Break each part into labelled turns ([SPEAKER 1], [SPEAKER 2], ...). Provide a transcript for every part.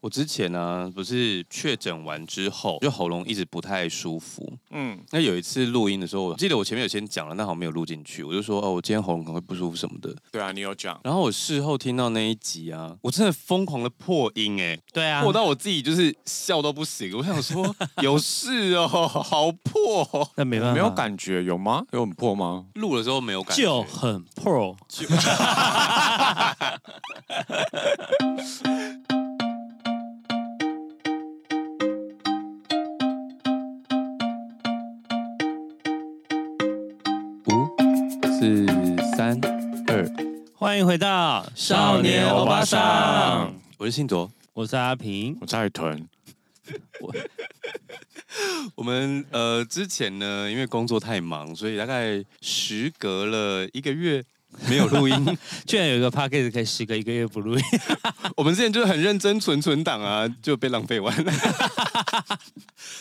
[SPEAKER 1] 我之前呢、不是确诊完之后，就喉咙一直不太舒服。
[SPEAKER 2] 嗯，
[SPEAKER 1] 那有一次录音的时候，我记得我前面有先讲了，但好像没有录进去。我就说哦，我今天喉咙可能会不舒服什么的。
[SPEAKER 2] 对啊，你有讲，
[SPEAKER 1] 然后我事后听到那一集啊，我真的疯狂的破音哎、
[SPEAKER 3] 对啊，
[SPEAKER 1] 破到我自己就是笑到不行。我想说有事哦，好破、哦。
[SPEAKER 3] 那没办法，
[SPEAKER 2] 没有感觉有吗？有很破吗？
[SPEAKER 1] 录的时候没有感觉，
[SPEAKER 3] 就很 pro。
[SPEAKER 1] 五、四、三、二，
[SPEAKER 3] 欢迎回到
[SPEAKER 1] 少年欧巴
[SPEAKER 2] 桑，
[SPEAKER 1] 我是信卓。
[SPEAKER 3] 我是阿平。
[SPEAKER 2] 我在囤，
[SPEAKER 1] 我们呃之前呢，因为工作太忙，所以大概时隔了一个月没有录 音。
[SPEAKER 3] 居然有一个 p a c k a g e 可以时隔一个月不录音，
[SPEAKER 1] 我们之前就是很认真存存档啊，就被浪费完 了。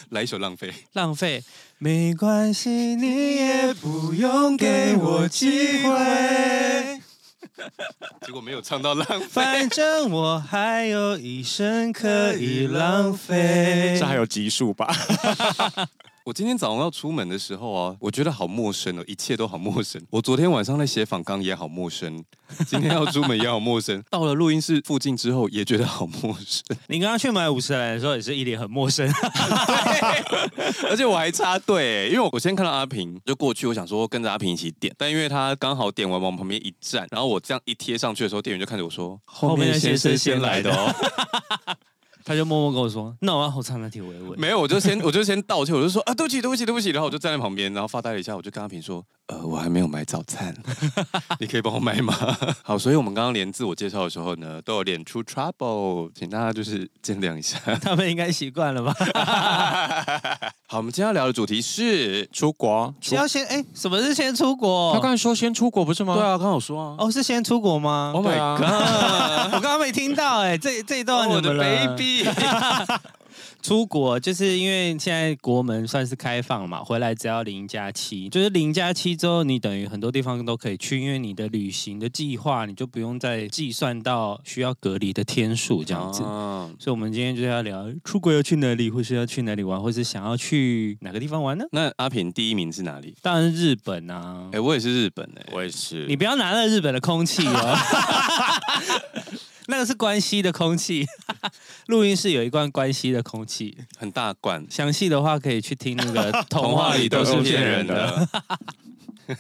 [SPEAKER 1] 来一首浪费。
[SPEAKER 3] 浪费。没关系，你也不用给我 机会，
[SPEAKER 1] 结果没有唱到浪费。
[SPEAKER 3] 反正我还有一生可以浪 费。
[SPEAKER 2] 这还有集数吧？
[SPEAKER 1] 我今天早上要出门的时候啊，我觉得好陌生哦，一切都好陌生。我昨天晚上在写访纲也好陌生，今天要出门也好陌 生。到了录音室附近之后，也觉得好陌生，
[SPEAKER 3] 你刚刚去买五十来的时候，也是一脸很陌生。
[SPEAKER 1] 而且我还插队，因为我先看到阿平就过去，我想说跟着阿平一起点，但因为他刚好点完往旁边一站，然后我这样一贴上去的时候，店员就看着我说：“
[SPEAKER 3] 后面的先生先来的
[SPEAKER 1] 哦。”
[SPEAKER 3] 他就默默跟我说：“那我要后唱那题维 维。
[SPEAKER 1] 没有，我就先我就先道歉，我就说啊，对不起，对不起，对不起。然后我就站在旁边，然后发呆了一下，我就跟阿平说，呃，我还没有买早 餐，你可以帮我买吗？好，所以我们刚刚连自我介绍的时候呢，都有点出 trouble，请大家就是见谅一 下。”
[SPEAKER 3] 他们应该习惯 了吧？
[SPEAKER 1] 好，我们今天要聊的主题是，
[SPEAKER 2] 出国？出
[SPEAKER 3] 是要先哎、什么是先出
[SPEAKER 2] 他
[SPEAKER 3] 国？
[SPEAKER 2] 刚才说先出国不是吗？
[SPEAKER 1] 对，啊，刚好说啊。
[SPEAKER 3] 哦，是先出国吗？
[SPEAKER 1] Oh
[SPEAKER 2] 对
[SPEAKER 1] my
[SPEAKER 2] 啊
[SPEAKER 1] god！
[SPEAKER 3] 我刚刚没听到哎、这这一段
[SPEAKER 1] 哦我
[SPEAKER 3] 怎么
[SPEAKER 1] 的
[SPEAKER 3] 了
[SPEAKER 1] baby，
[SPEAKER 3] 出国就是因为现在国门算是开放嘛，回来只要零加七，就是零加七之后，你等于很多地方都可以去，因为你的旅行的计划你就不用再计算到需要隔离的天数这样子。
[SPEAKER 1] 啊
[SPEAKER 3] 所以，我们今天就是要聊出国要去哪里，或是要去哪里玩，或是想要去哪个地方玩呢？
[SPEAKER 1] 那阿平第一名是哪里？
[SPEAKER 3] 当然是日本啊！
[SPEAKER 1] 哎、我也是日本哎、
[SPEAKER 2] 我也是。
[SPEAKER 3] 你不要拿了日本的空气哦， 那个是关西的空气。 录音室有一罐关西的空气，
[SPEAKER 1] 很大罐，
[SPEAKER 3] 详细的话可以去听那 个童话里
[SPEAKER 2] 都
[SPEAKER 3] 都
[SPEAKER 2] 是
[SPEAKER 3] 是
[SPEAKER 2] 骗
[SPEAKER 3] 骗人
[SPEAKER 2] 人
[SPEAKER 3] 的。
[SPEAKER 2] 的。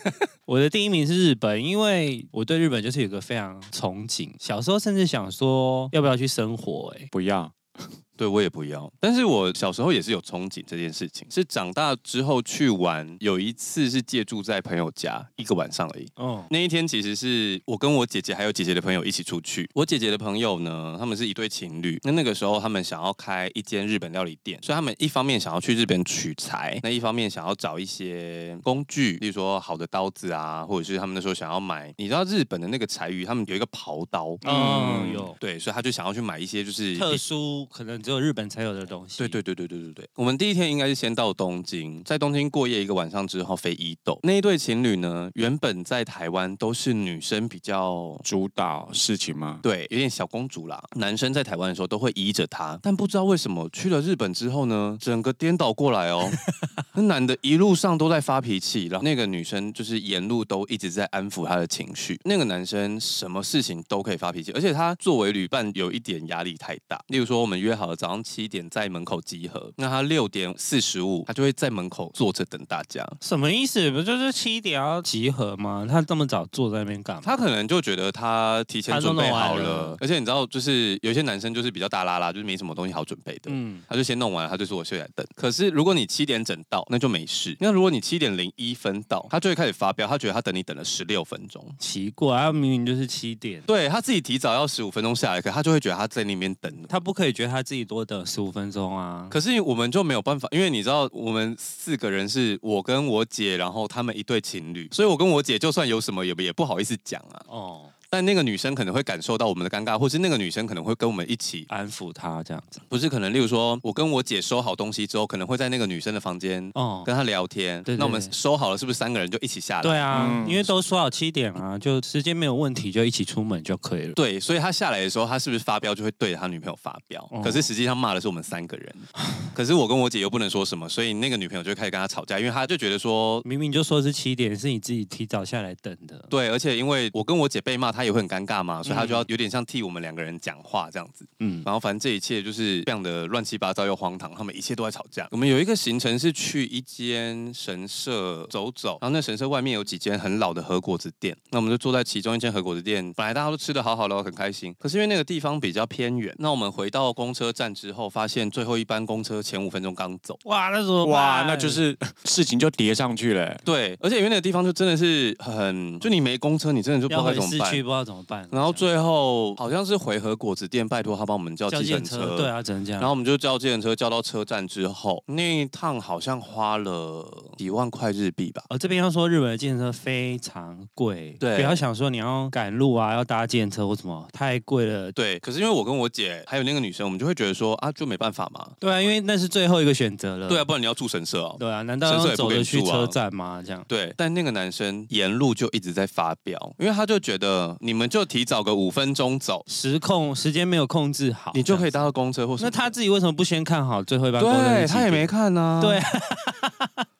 [SPEAKER 3] 我的第一名是日本，因为我对日本就是有个非常憧憬，小时候甚至想说要不要去生活、欸，
[SPEAKER 2] 不要，
[SPEAKER 1] 对我也不要，但是我小时候也是有憧憬这件事情，是长大之后去玩，有一次是借住在朋友家一个晚上而已。
[SPEAKER 3] 哦，
[SPEAKER 1] 那一天其实是我跟我姐姐还有姐姐的朋友一起出去。我姐姐的朋友呢，他们是一对情侣。那那个时候他们想要开一间日本料理店，所以他们一方面想要去日本取材，那一方面想要找一些工具，例如说好的刀子啊，或者是他们那时候想要买，你知道日本的那个柴鱼，他们有一个刨刀，
[SPEAKER 3] 嗯，
[SPEAKER 2] 嗯
[SPEAKER 3] 有
[SPEAKER 1] 对，所以他就想要去买一些就是
[SPEAKER 3] 特殊，可能只有日本才有的东西。
[SPEAKER 1] 对对对对对对对，我们第一天应该是先到东京，在东京过夜一个晚上之后飞伊豆。那一对情侣呢，原本在台湾都是女生比较。
[SPEAKER 2] 主导事情吗？
[SPEAKER 1] 对，有点小公主啦。男生在台湾的时候都会依着她，但不知道为什么去了日本之后呢，整个颠倒过来哦。 那男的一路上都在发脾气，然后那个女生就是沿路都一直在安抚他的情绪。那个男生什么事情都可以发脾气，而且他作为旅伴有一点压力太大。例如说，我们约好了早上七点在门口集合，那他六点四十五他就会在门口坐着等大家。
[SPEAKER 3] 什么意思？不就是七点要集合吗？他这么早坐在那边干嘛？
[SPEAKER 1] 他可能就觉得他提前
[SPEAKER 3] 他都
[SPEAKER 1] 准备
[SPEAKER 3] 弄完
[SPEAKER 1] 好了
[SPEAKER 3] 了，
[SPEAKER 1] 而且你知道，就是有些男生就是比较大拉拉，就是没什么东西好准备的。
[SPEAKER 3] 嗯，
[SPEAKER 1] 他就先弄完了，他就说我睡来等。可是如果你七点整到，那就没事。那如果你七点零一分到，他就会开始发飙，他觉得他等你等了十六分钟。
[SPEAKER 3] 奇怪，他啊明明就是七点，
[SPEAKER 1] 对他自己提早要十五分钟下来，可他就会觉得他在那边等。
[SPEAKER 3] 他不可以觉得他自己多等十五分钟啊。
[SPEAKER 1] 可是我们就没有办法，因为你知道，我们四个人是我跟我姐，然后他们一对情侣，所以我跟我姐就算有什么也也不好意思讲啊。
[SPEAKER 3] 哦，
[SPEAKER 1] 但那个女生可能会感受到我们的尴尬，或是那个女生可能会跟我们一起，
[SPEAKER 3] 安抚他这样子。
[SPEAKER 1] 不是可能，例如说我跟我姐收好东西之后，可能会在那个女生的房间
[SPEAKER 3] 哦，
[SPEAKER 1] 跟她聊天。
[SPEAKER 3] 对对
[SPEAKER 1] 那我们
[SPEAKER 3] 对
[SPEAKER 1] 收好了，是不是三个人就一起下来？
[SPEAKER 3] 对啊，
[SPEAKER 2] 嗯
[SPEAKER 3] 因为都说好七点啊，就时间没有问题，就一起出门就可以了。
[SPEAKER 1] 对，所以他下来的时候，他是不是发飙就会对着他女朋友发飙？
[SPEAKER 3] 哦
[SPEAKER 1] 可是实际上骂的是我们三个 人，可是我跟我姐又不能说什么，所以那个女朋友就开始跟他吵架，因为他就觉得说。
[SPEAKER 3] 明明就说是七点，是你自己提早下来等的。
[SPEAKER 1] 对，而且因为我跟我姐被骂，她也会很尴尬嘛，所以她就要有点像替我们两个人讲话这样子。
[SPEAKER 3] 嗯，
[SPEAKER 1] 然后反正这一切就是这样的乱七八糟又荒唐，他们一切都在吵架。我们有一个行程是去一间神社走走，然后那神社外面有几间很老的和果子店，那我们就坐在其中一间和果子店，本来大家都吃的好好的，很开心。可是因为那个地方比较偏远，那我们回到公车站之后，发现最后一班公车前五分钟刚走。
[SPEAKER 3] 哇，那时候
[SPEAKER 2] 哇，那就是 事情就叠上去了。
[SPEAKER 1] 对，而且因为那个地方就真的是很，就你没公车，你真的就不知
[SPEAKER 3] 要
[SPEAKER 1] 道该
[SPEAKER 3] 回
[SPEAKER 1] 怎么
[SPEAKER 3] 市
[SPEAKER 1] 办
[SPEAKER 3] 区，。不知道怎么办。
[SPEAKER 1] 然后
[SPEAKER 3] 这样
[SPEAKER 1] 最后好像是回合果子店，拜托他帮我们叫
[SPEAKER 3] 叫
[SPEAKER 1] 计
[SPEAKER 3] 电
[SPEAKER 1] 程
[SPEAKER 3] 车，对啊，只能这样。
[SPEAKER 1] 然后我们就叫计程车，叫到车站之后，那一趟好像花了几万块日币吧。
[SPEAKER 3] 哦，这边要说日本的电车非常贵，
[SPEAKER 1] 对
[SPEAKER 3] 不要想说你要赶路啊，要搭电车或什么，太贵了。
[SPEAKER 1] 对，可是因为我跟我姐还有那个女生，我们就会觉得说啊，就没办法嘛。
[SPEAKER 3] 对啊，因为那是最后一个选择了。
[SPEAKER 1] 对啊，，不然你要住神社哦。
[SPEAKER 3] 嗯对啊，难道
[SPEAKER 1] 神社也
[SPEAKER 3] 要
[SPEAKER 1] 不
[SPEAKER 3] 走
[SPEAKER 1] 给
[SPEAKER 3] 着
[SPEAKER 1] 你
[SPEAKER 3] 去
[SPEAKER 1] 住啊
[SPEAKER 3] 车站吗？这样
[SPEAKER 1] 对，但那个男生沿路就一直在发飙，因为他就觉得你们就提早个五分钟走，
[SPEAKER 3] 时控时间没有控制好，
[SPEAKER 1] 你就可
[SPEAKER 3] 以。
[SPEAKER 1] 以搭到公车或什么
[SPEAKER 3] 那他自己为什么不先看好最后一班公车
[SPEAKER 1] 对
[SPEAKER 3] 是几
[SPEAKER 1] 他也没
[SPEAKER 3] 点
[SPEAKER 1] 看啊。
[SPEAKER 3] 对。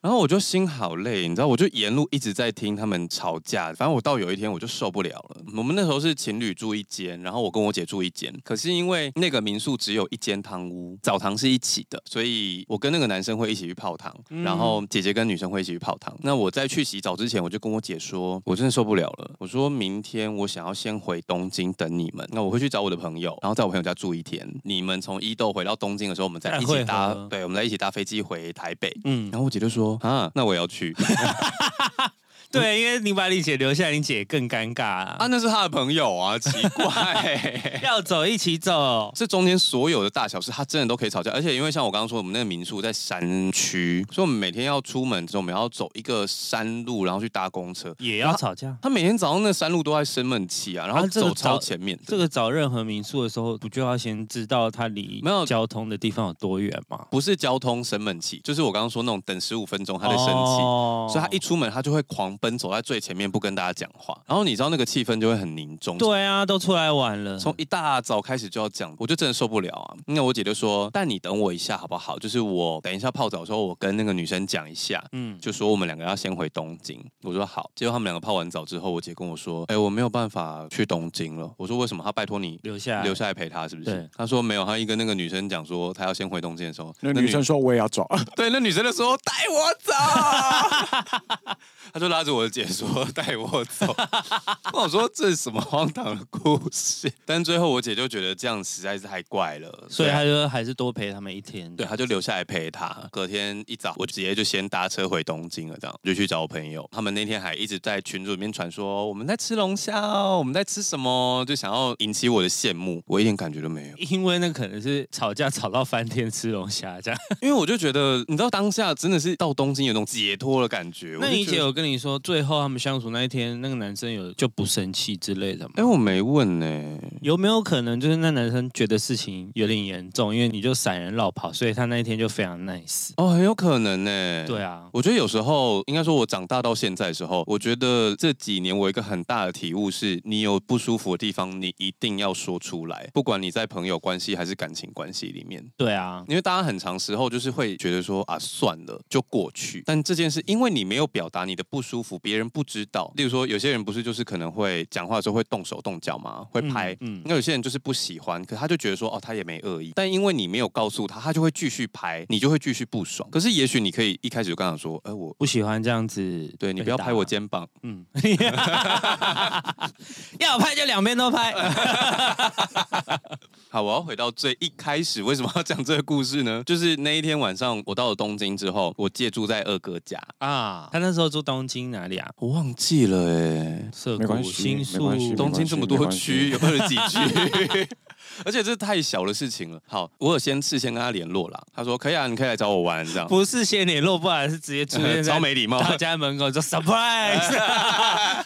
[SPEAKER 1] 然后我就心好累，你知道，我就沿路一直在听他们吵架。反正我到有一天我就受不了了。我们那时候是情侣住一间，然后我跟我姐住一间。可是因为那个民宿只有一间汤屋，澡堂是一起的，所以我跟那个男生会一起去泡汤，
[SPEAKER 3] 嗯
[SPEAKER 1] 然后姐姐跟女生会一起去泡汤。那我在去洗澡之前，我就跟我姐说，我真的受不了了。我说明天我想要先回东京等你们，那我会去找我的朋友，然后在我朋友家住一天。你们从伊豆回到东京的时候，我们再
[SPEAKER 3] 再
[SPEAKER 1] 一
[SPEAKER 3] 会
[SPEAKER 1] 起搭
[SPEAKER 3] 合，
[SPEAKER 1] 对，我们再一起搭飞机回台北。
[SPEAKER 3] 嗯，
[SPEAKER 1] 然后我姐就说啊，那我也要去
[SPEAKER 3] 对，因为你把你姐留下，你姐更尴尬
[SPEAKER 1] 啊，
[SPEAKER 3] 啊。
[SPEAKER 1] 那是她的朋友啊，奇怪、
[SPEAKER 3] 要走一起走，
[SPEAKER 1] 这中间所有的大小事，她真的都可以吵架，而且因为像我刚刚说，我们那个民宿在山区，所以我们每天要出门之后，我们要走一个山路，然后去搭公车。
[SPEAKER 3] 也要吵架。
[SPEAKER 1] 她每天早上那山路都在生闷气啊，然后
[SPEAKER 3] 啊这个
[SPEAKER 1] 走超
[SPEAKER 3] 早
[SPEAKER 1] 前面的
[SPEAKER 3] 这个找任何民宿的时候，不就要先知道它离
[SPEAKER 1] 没有
[SPEAKER 3] 交通的地方有多远吗？
[SPEAKER 1] 不是交通生闷气，就是我刚刚说那种等十五分钟她在生气。
[SPEAKER 3] 哦
[SPEAKER 1] 所以她一出门，她就会狂奔走在最前面，不跟大家讲话。然后你知道那个气氛就会很凝重，
[SPEAKER 3] 对啊，都出来玩了，
[SPEAKER 1] 从一大早开始就要讲，我就真的受不了啊！那我姐就说：“但你等我一下好不好？就是我等一下泡澡的时候，我跟那个女生讲一下，
[SPEAKER 3] 嗯，
[SPEAKER 1] 就说我们两个要先回东京。”我说好。结果他们两个泡完澡之后，我姐跟我说：“哎、我没有办法去东京了。”我说：“为什么？她拜托你
[SPEAKER 3] 留下来
[SPEAKER 1] 留下来陪她，是不是
[SPEAKER 3] 对？”
[SPEAKER 1] 她说：“没有。”她一跟那个女生讲说，她要先回东京的时候，
[SPEAKER 2] 那女生说我也要走，
[SPEAKER 1] 对那女生就说：“带我走。” 她就拉着我的姐说：“带我 走。”我说：“这是什么荒唐的故事？”但最后我姐就觉得这样实在是太怪了，
[SPEAKER 3] 所以
[SPEAKER 1] 对啊
[SPEAKER 3] 他就还是多陪他们一天。
[SPEAKER 1] 对，她啊就留下来陪她。隔天一早，我直接就先搭车回东京了，这样就去找我朋友。他们那天还一直在群组里面传说我们在吃龙虾哦，我们在吃什么，就想要引起我的羡慕。我一点感觉都没有。
[SPEAKER 3] 因为那可能是吵架吵到翻天吃龙虾这样。
[SPEAKER 1] 因为我就觉得，你知道当下真的是到东京有种解脱的感觉。
[SPEAKER 3] 那
[SPEAKER 1] 我就
[SPEAKER 3] 你
[SPEAKER 1] 觉
[SPEAKER 3] 姐
[SPEAKER 1] 得
[SPEAKER 3] 有跟你说，最后他们相处那一天，那个男生有就不生气之类的吗？
[SPEAKER 1] 哎、我没问呢、
[SPEAKER 3] 有没有可能就是那男生觉得事情有点严重，因为你就闪人绕跑，所以他那一天就非常 nice。
[SPEAKER 1] 哦，很有可能呢、
[SPEAKER 3] 对。啊，
[SPEAKER 1] 我觉得有时候，应该说，我长大到现在的时候，我觉得这几年我有一个很大的体悟是，你有不舒服的地方，你一定要说出来，不管你在朋友关系还是感情关系里面，
[SPEAKER 3] 对啊，
[SPEAKER 1] 因为大家很长时候就是会觉得说啊，算了，就过去。但这件事，因为你没有表达你的不舒服，别人不知道。例如说，有些人不是就是可能会讲话的时候会动手动脚吗？会拍，
[SPEAKER 3] 嗯，嗯
[SPEAKER 1] 那有些人就是不喜欢，可他就觉得说，哦，他也没恶意，但因为你没有告诉他，他就会继续拍，你就会继续不爽。可是也许你可以一开始就跟他说，哎、我
[SPEAKER 3] 不喜欢这样子。
[SPEAKER 1] 对你不要拍我。肩膀，
[SPEAKER 3] 嗯， 要拍就两边都拍。
[SPEAKER 1] 好，我要回到最一开始，为什么要讲这个故事呢？ 就是那一天晚上，我到了东京之后，我借住在二哥家，
[SPEAKER 3] 啊，他那时候住东京哪里啊？
[SPEAKER 1] 我忘记了哎、
[SPEAKER 3] 涩
[SPEAKER 2] 没
[SPEAKER 3] 谷、
[SPEAKER 2] 关系
[SPEAKER 3] 新
[SPEAKER 2] 没关系
[SPEAKER 3] 宿、
[SPEAKER 1] 东京这么多区，有二十几区。而且这太小的事情了。好，我有先事先跟他联络啦，他说可以啊，你可以来找我玩这样。
[SPEAKER 3] 不是先联络，不然是直接出 现在
[SPEAKER 1] 超没礼貌。
[SPEAKER 3] 大家门口说 surprise，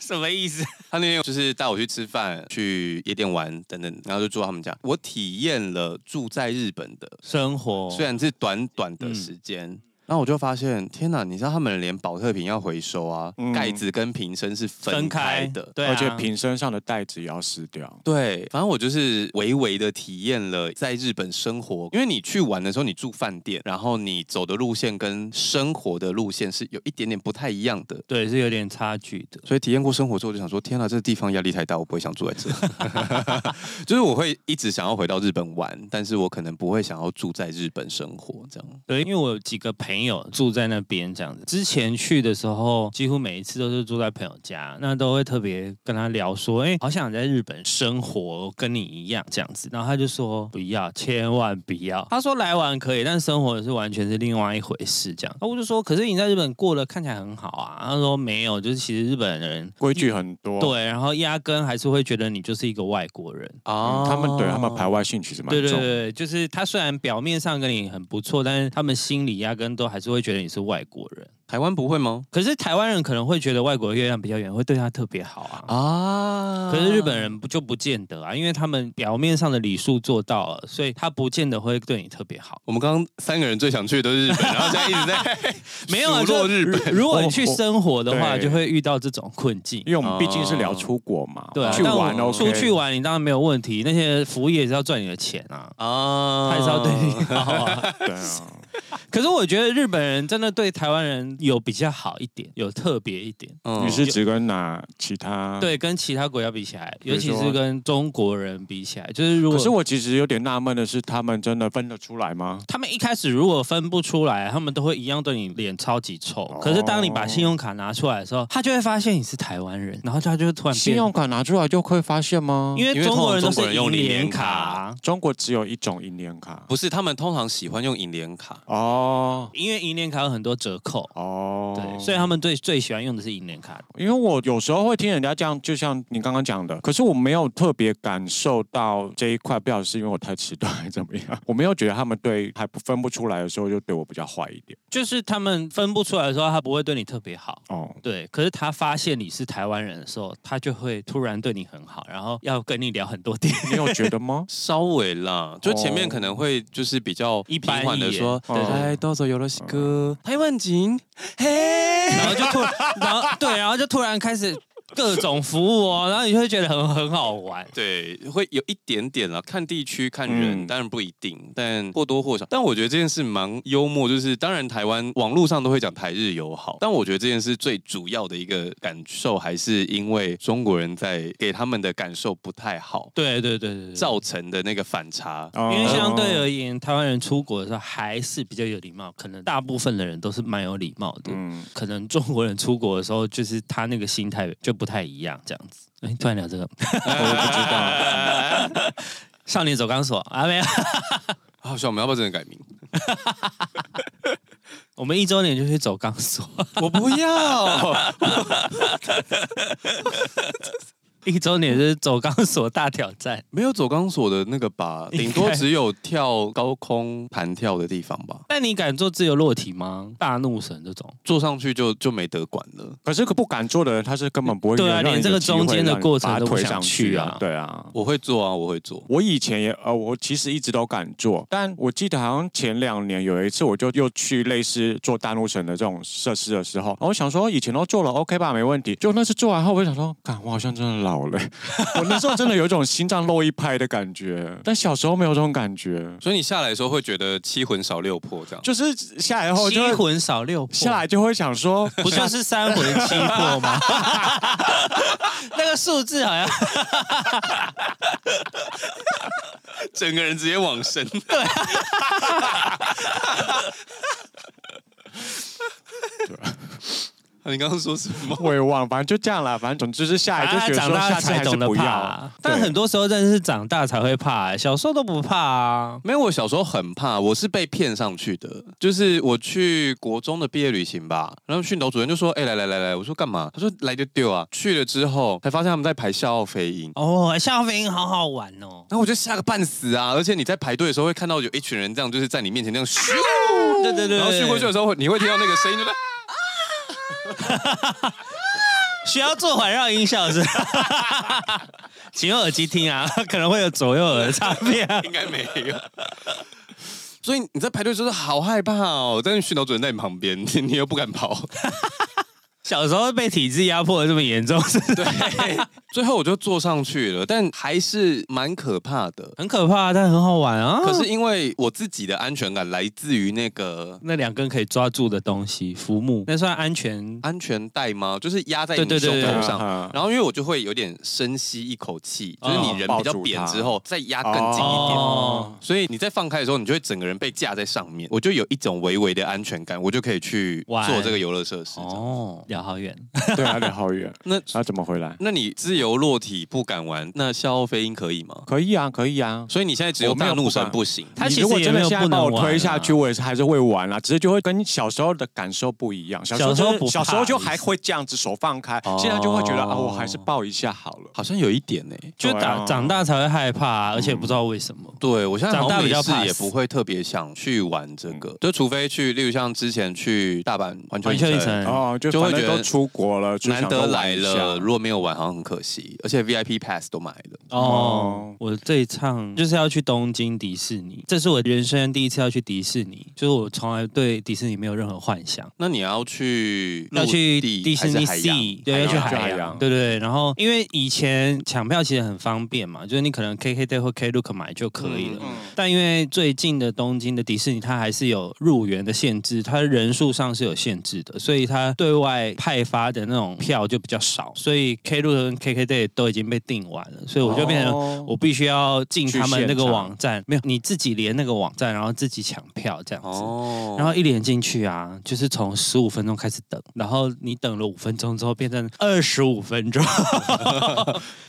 [SPEAKER 3] 什么意思？
[SPEAKER 1] 他那天就是带我去吃饭、去夜店玩等等，然后就住到他们家。我体验了住在日本的，
[SPEAKER 3] 生活
[SPEAKER 1] 虽然是短短的时间。
[SPEAKER 3] 嗯
[SPEAKER 1] 然后我就发现，天哪！你知道他们连保特瓶要回收啊，
[SPEAKER 2] 嗯
[SPEAKER 1] 盖子跟瓶身是分
[SPEAKER 3] 分
[SPEAKER 1] 开
[SPEAKER 3] 开
[SPEAKER 1] 的。
[SPEAKER 3] 对、啊，
[SPEAKER 2] 而且瓶身上的袋子也要撕掉。
[SPEAKER 1] 对，反正我就是微微的体验了在日本生活，因为你去玩的时候，你住饭店，然后你走的路线跟生活的路线是有一点点不太一样的。
[SPEAKER 3] 对是有点差距的。
[SPEAKER 1] 所以体验过生活之后，我就想说，天啊，这个地方压力太大，我不会想住 在这。就是我会一直想要回到日本玩，但是我可能不会想要住在日本生活这样。
[SPEAKER 3] 对，因为我有几个朋友住在那边这样子。之前去的时候，几乎每一次都是住在朋友家，那都会特别跟他聊说，哎，好想在日本生活，跟你一样这样子。然后他就说不要，千万不要。他说来玩可以，但生活是完全是另外一回事这样。那我就说，可是你在日本过得看起来很好啊。他说没有，就是其实日本人。
[SPEAKER 2] 规矩很多，
[SPEAKER 3] 对，然后压根还是会觉得你就是一个外国人，
[SPEAKER 2] 嗯他们对他们排外性其实蛮
[SPEAKER 3] 对对
[SPEAKER 2] 重。
[SPEAKER 3] 对，就是他虽然表面上跟你很不错，但是他们心里压根都还是会觉得你是外国人。
[SPEAKER 1] 台湾不会吗？
[SPEAKER 3] 可是台湾人可能会觉得外国的月亮比较圆，会对他特别好啊。
[SPEAKER 1] 啊
[SPEAKER 3] 可是日本人不就不见得啊，因为他们表面上的礼数做到了，所以他不见得会对你特别 好。
[SPEAKER 1] 我们刚刚三个人最想去的都是日本，然后现在一直在
[SPEAKER 3] 没有啊，
[SPEAKER 1] 数落
[SPEAKER 3] 就
[SPEAKER 1] 日
[SPEAKER 3] 如如果你去
[SPEAKER 2] 我我
[SPEAKER 3] 生活的话，
[SPEAKER 2] 对
[SPEAKER 3] 就会遇到这种困 境。
[SPEAKER 2] 因为我们毕竟是聊出国嘛，
[SPEAKER 3] 对啊，
[SPEAKER 2] 去
[SPEAKER 3] 但我
[SPEAKER 2] 玩 OK，
[SPEAKER 3] 出去玩你当然没有问题，那些服务业也是要赚你的钱啊，
[SPEAKER 1] 啊
[SPEAKER 3] 还是要对 你好啊。
[SPEAKER 2] 对啊，
[SPEAKER 3] 可是我觉得日本人真的对台湾人有比较好一点，有特别一点。
[SPEAKER 1] 嗯
[SPEAKER 2] 你是只跟哪其他？。
[SPEAKER 3] 对，跟其他国家比起来，
[SPEAKER 2] 比
[SPEAKER 3] 尤
[SPEAKER 2] 如
[SPEAKER 3] 其是
[SPEAKER 2] 说
[SPEAKER 3] 跟中国人比起来，就是如
[SPEAKER 2] 可
[SPEAKER 1] 嗯
[SPEAKER 3] 果
[SPEAKER 2] 是我其实有点纳闷的是，他们真的分得出来吗？
[SPEAKER 3] 他们一开始如果分不出来，他们都会一样对你脸超级臭。
[SPEAKER 1] 哦
[SPEAKER 3] 可是当你把信用卡拿出来的时候，他就会发现你是台湾人，然后他就会突然
[SPEAKER 2] 呃信
[SPEAKER 3] 变，
[SPEAKER 2] 用卡拿出来就可以发现吗？
[SPEAKER 3] 因
[SPEAKER 2] 为
[SPEAKER 1] 因
[SPEAKER 3] 为
[SPEAKER 1] 为
[SPEAKER 3] 中国人都
[SPEAKER 1] 通常中国人
[SPEAKER 3] 是
[SPEAKER 1] 用
[SPEAKER 3] 银
[SPEAKER 1] 银联
[SPEAKER 3] 联
[SPEAKER 1] 卡
[SPEAKER 3] 卡。
[SPEAKER 2] 中国只有一种银联卡。
[SPEAKER 1] 不是？他们通常喜欢用银联卡。？
[SPEAKER 2] 哦
[SPEAKER 3] 因为银联卡有很多折扣，
[SPEAKER 2] 哦，
[SPEAKER 3] 对，所以他们最最喜欢用的是银联卡。
[SPEAKER 2] 因为我有时候会听人家这样，就像你刚刚讲的，可是我没有特别感受到这一块，不晓得是因为我太迟钝还是怎么 样，我没有觉得他们对还不分不出来的时候就对我比较坏一点。
[SPEAKER 3] 就是他们分不出来的时候，他不会对你特别好。
[SPEAKER 2] 哦，
[SPEAKER 3] 对，可是他发现你是台湾人的时候，他就会突然对你很好，然后要跟你聊很多天。
[SPEAKER 2] 你有觉得吗
[SPEAKER 1] 稍微啦，就前面可能会就是比较
[SPEAKER 3] 一
[SPEAKER 1] 平
[SPEAKER 3] 般
[SPEAKER 1] 缓的
[SPEAKER 3] 一眼
[SPEAKER 1] 说，
[SPEAKER 2] 对对对
[SPEAKER 1] 哎，どうぞよろしく，台湾人，嘿，
[SPEAKER 3] 然后就突然，然后对，然后就突然开始各种服务哦，然后你就会觉得很很好玩。
[SPEAKER 1] 对，会有一点点啦，看地区看人，
[SPEAKER 2] 嗯
[SPEAKER 1] 当然不一定，但或多或少。但我觉得这件事蛮幽默，就是当然台湾网络上都会讲台日友好，但我觉得这件事最主要的一个感受，还是因为中国人在给他们的感受不太好，
[SPEAKER 3] 对对对对对。
[SPEAKER 1] 造成的那个反差。
[SPEAKER 2] 因
[SPEAKER 3] 因为相对
[SPEAKER 2] 哦
[SPEAKER 3] 而言，台湾人出国的时候还是比较有礼貌，可能大部分的人都是蛮有礼貌的。
[SPEAKER 2] 嗯，
[SPEAKER 3] 可能中国人出国的时候，就是他那个心态就不太一样，这样子。哎，突然聊这个，
[SPEAKER 2] 我不知道。
[SPEAKER 3] 少年走钢索啊，没有，
[SPEAKER 1] 啊好笑，我们要不要真的改名？
[SPEAKER 3] 我们一周年就去走钢索，
[SPEAKER 1] 我不要，
[SPEAKER 3] 一周年就是走钢索大挑战。
[SPEAKER 1] 没有走钢索的那个吧，顶多只有跳高空弹跳的地方吧，
[SPEAKER 3] 那你敢做自由落体吗？大怒神这种，
[SPEAKER 1] 坐上去就就没得管了。
[SPEAKER 2] 可是可不敢做的人，他是根本不会
[SPEAKER 3] 对啊
[SPEAKER 2] 让你
[SPEAKER 3] 连这
[SPEAKER 2] 有
[SPEAKER 3] 个
[SPEAKER 2] 机会
[SPEAKER 3] 中间的
[SPEAKER 2] 让你
[SPEAKER 3] 过程
[SPEAKER 2] 把
[SPEAKER 3] 都不
[SPEAKER 2] 推
[SPEAKER 3] 想
[SPEAKER 2] 上
[SPEAKER 3] 去
[SPEAKER 2] 去
[SPEAKER 3] 啊
[SPEAKER 2] 对啊，
[SPEAKER 1] 我会做啊，我会做。
[SPEAKER 2] 我以前也呃，我其实一直都敢做，但我记得好像前两年有一次，我就又去类似做大怒神的这种设施的时候，然后我想说以前都做了 OK 吧，没问题。就那次做完后，我就想说，干，我好像真的老 了。我那时候真的有一种心脏漏一拍的感觉，但小时候没有这种感觉，
[SPEAKER 1] 所以你下来的时候会觉得七魂少六魄这样，
[SPEAKER 2] 就是下来后
[SPEAKER 3] 七
[SPEAKER 2] 就会
[SPEAKER 3] 魂少六魄，
[SPEAKER 2] 下来就会想说，
[SPEAKER 3] 不就是三魂七魄吗？ 那个数字好像
[SPEAKER 1] 整个人直接往生。 啊你刚刚说什么？
[SPEAKER 2] 我也忘了，反正就这样啦。反正总之是下来就
[SPEAKER 3] 啊
[SPEAKER 2] 觉得
[SPEAKER 3] 长
[SPEAKER 2] 说
[SPEAKER 3] 大
[SPEAKER 2] 下次
[SPEAKER 3] 才
[SPEAKER 2] 还是
[SPEAKER 3] 懂得
[SPEAKER 2] 不
[SPEAKER 3] 怕
[SPEAKER 2] 要。
[SPEAKER 3] 啊，但很多时候真的是长大才会怕、小时候都不怕啊。
[SPEAKER 1] 没有，我小时候很怕，我是被骗上去的。就是我去国中的毕业旅行吧，然后训导主任就说：“哎、来来来来，我说干嘛？”他说：“来就丢啊。”去了之后才发现他们在排笑傲飞鹰。
[SPEAKER 3] 哦，夏飞鹰好好玩哦。
[SPEAKER 1] 然后我就吓个半死啊！而且你在排队的时候会看到有一群人这样，就是在你面前这样咻，
[SPEAKER 3] 对对对，
[SPEAKER 1] 然后咻过去的时候，你会听到那个声音，就是
[SPEAKER 3] 需要做环绕音效是吧？ 请用耳机听啊，可能会有左右耳的差别、啊。
[SPEAKER 1] 应该没有。 所以你在排队的时候好害怕哦，但是训导主任在你旁边， 你你又不敢跑。
[SPEAKER 3] 小时候被体制压迫的这么严重，是
[SPEAKER 1] 对， 最后我就坐上去了，但还是蛮可怕的。
[SPEAKER 3] 很可怕，但很好玩啊。
[SPEAKER 1] 可是因为我自己的安全感来自于那个
[SPEAKER 3] 那两根可以抓住的东西，浮木，那算安全。
[SPEAKER 1] 安全带吗？就是压在
[SPEAKER 3] 对
[SPEAKER 1] 你
[SPEAKER 3] 对对
[SPEAKER 1] 胸
[SPEAKER 3] 对
[SPEAKER 1] 口
[SPEAKER 3] 对
[SPEAKER 1] 上。
[SPEAKER 2] 啊
[SPEAKER 1] 然后因为我就会有点深吸一口气，就是
[SPEAKER 3] 哦
[SPEAKER 1] 你人
[SPEAKER 2] 抱
[SPEAKER 1] 比较
[SPEAKER 2] 住
[SPEAKER 1] 扁
[SPEAKER 2] 它
[SPEAKER 1] 之后，再压更近一点。
[SPEAKER 3] 哦
[SPEAKER 1] 所以你在放开的时候，你就会整个人被架在上面，我就有一种微微的安全感，我就可以去
[SPEAKER 3] 玩
[SPEAKER 1] 做这个游乐设施。哦、
[SPEAKER 3] 哦，聊好远。
[SPEAKER 2] 对啊，有点好远。
[SPEAKER 1] 那
[SPEAKER 2] 那怎么回来？
[SPEAKER 1] 那你自由落体不敢玩，那消耗飞鹰可以吗？
[SPEAKER 2] 可以啊，可以啊。
[SPEAKER 1] 所以你现在只有
[SPEAKER 2] 我没
[SPEAKER 1] 大
[SPEAKER 2] 有
[SPEAKER 1] 怒
[SPEAKER 2] 不
[SPEAKER 1] 神
[SPEAKER 2] 敢
[SPEAKER 1] 不行，
[SPEAKER 3] 他
[SPEAKER 2] 你
[SPEAKER 3] 其
[SPEAKER 2] 如
[SPEAKER 3] 实
[SPEAKER 2] 果
[SPEAKER 3] 也
[SPEAKER 2] 真
[SPEAKER 3] 没
[SPEAKER 2] 的
[SPEAKER 3] 有
[SPEAKER 2] 现在
[SPEAKER 3] 不
[SPEAKER 2] 把
[SPEAKER 3] 能
[SPEAKER 2] 我
[SPEAKER 3] 玩、啊、
[SPEAKER 2] 推下去，我也是还是会玩啊啦、只是就会跟小时候的感受不一样。小时候
[SPEAKER 3] 小时候
[SPEAKER 2] 就是
[SPEAKER 3] 不怕
[SPEAKER 2] 小时候就还会这样子手放开
[SPEAKER 3] 哦，
[SPEAKER 2] 现在就会觉得啊，我还是抱一下好了。
[SPEAKER 1] 好像有一点欸呢、
[SPEAKER 3] 就
[SPEAKER 2] 对
[SPEAKER 3] 长
[SPEAKER 2] 啊
[SPEAKER 3] 长大才会害怕、啊而且不知道为什么。
[SPEAKER 1] 对，我现在
[SPEAKER 3] 长
[SPEAKER 1] 好
[SPEAKER 3] 大
[SPEAKER 1] 像
[SPEAKER 3] 比
[SPEAKER 1] 没
[SPEAKER 3] 较
[SPEAKER 1] 事
[SPEAKER 3] 怕
[SPEAKER 1] 也
[SPEAKER 3] 死嗯
[SPEAKER 1] 不会特别想去玩这个，就除非去，例如像之前去大阪环球
[SPEAKER 3] 环
[SPEAKER 1] 影
[SPEAKER 3] 球影
[SPEAKER 1] 城
[SPEAKER 3] 城，
[SPEAKER 2] 哦，就
[SPEAKER 1] 就会
[SPEAKER 2] 反正
[SPEAKER 1] 觉得
[SPEAKER 2] 都出国了，就
[SPEAKER 1] 难
[SPEAKER 2] 想
[SPEAKER 1] 得
[SPEAKER 2] 说
[SPEAKER 1] 来
[SPEAKER 2] 玩一下
[SPEAKER 1] 了，如果没有玩好像很可惜，而且 VIP pass 都买了。
[SPEAKER 3] 哦
[SPEAKER 2] 哦，
[SPEAKER 3] 我这一趟就是要去东京迪士尼，这是我人生第一次要去迪士尼，就是我从来对迪士尼没有任何幻想。
[SPEAKER 1] 那你要去
[SPEAKER 3] 要去迪
[SPEAKER 1] 迪
[SPEAKER 3] 士尼 C，对，要
[SPEAKER 2] 海
[SPEAKER 3] 去
[SPEAKER 2] 洋
[SPEAKER 3] 海
[SPEAKER 2] 去海
[SPEAKER 3] 洋，
[SPEAKER 2] 洋
[SPEAKER 3] 对对对。然后因为以前抢票其实很方便嘛，就是你可能 KKday 或 Klook 买就可以了。
[SPEAKER 1] 嗯
[SPEAKER 3] 但因为最近的东京的迪士尼，它还是有入园的限制，它人数上是有限制的，所以它对外派发的那种票就比较少，所以 K 路跟 KKday 都已经被订完了，所以我就变成
[SPEAKER 2] 哦
[SPEAKER 3] 我必须要进他们那
[SPEAKER 2] 去
[SPEAKER 3] 个
[SPEAKER 2] 现场
[SPEAKER 3] 网站，没有你自己连那个网站，然后自己抢票这样子。
[SPEAKER 1] 哦
[SPEAKER 3] 然后一连进去啊，就是从十五分钟开始等，然后你等了五分钟之后变成二十五分钟，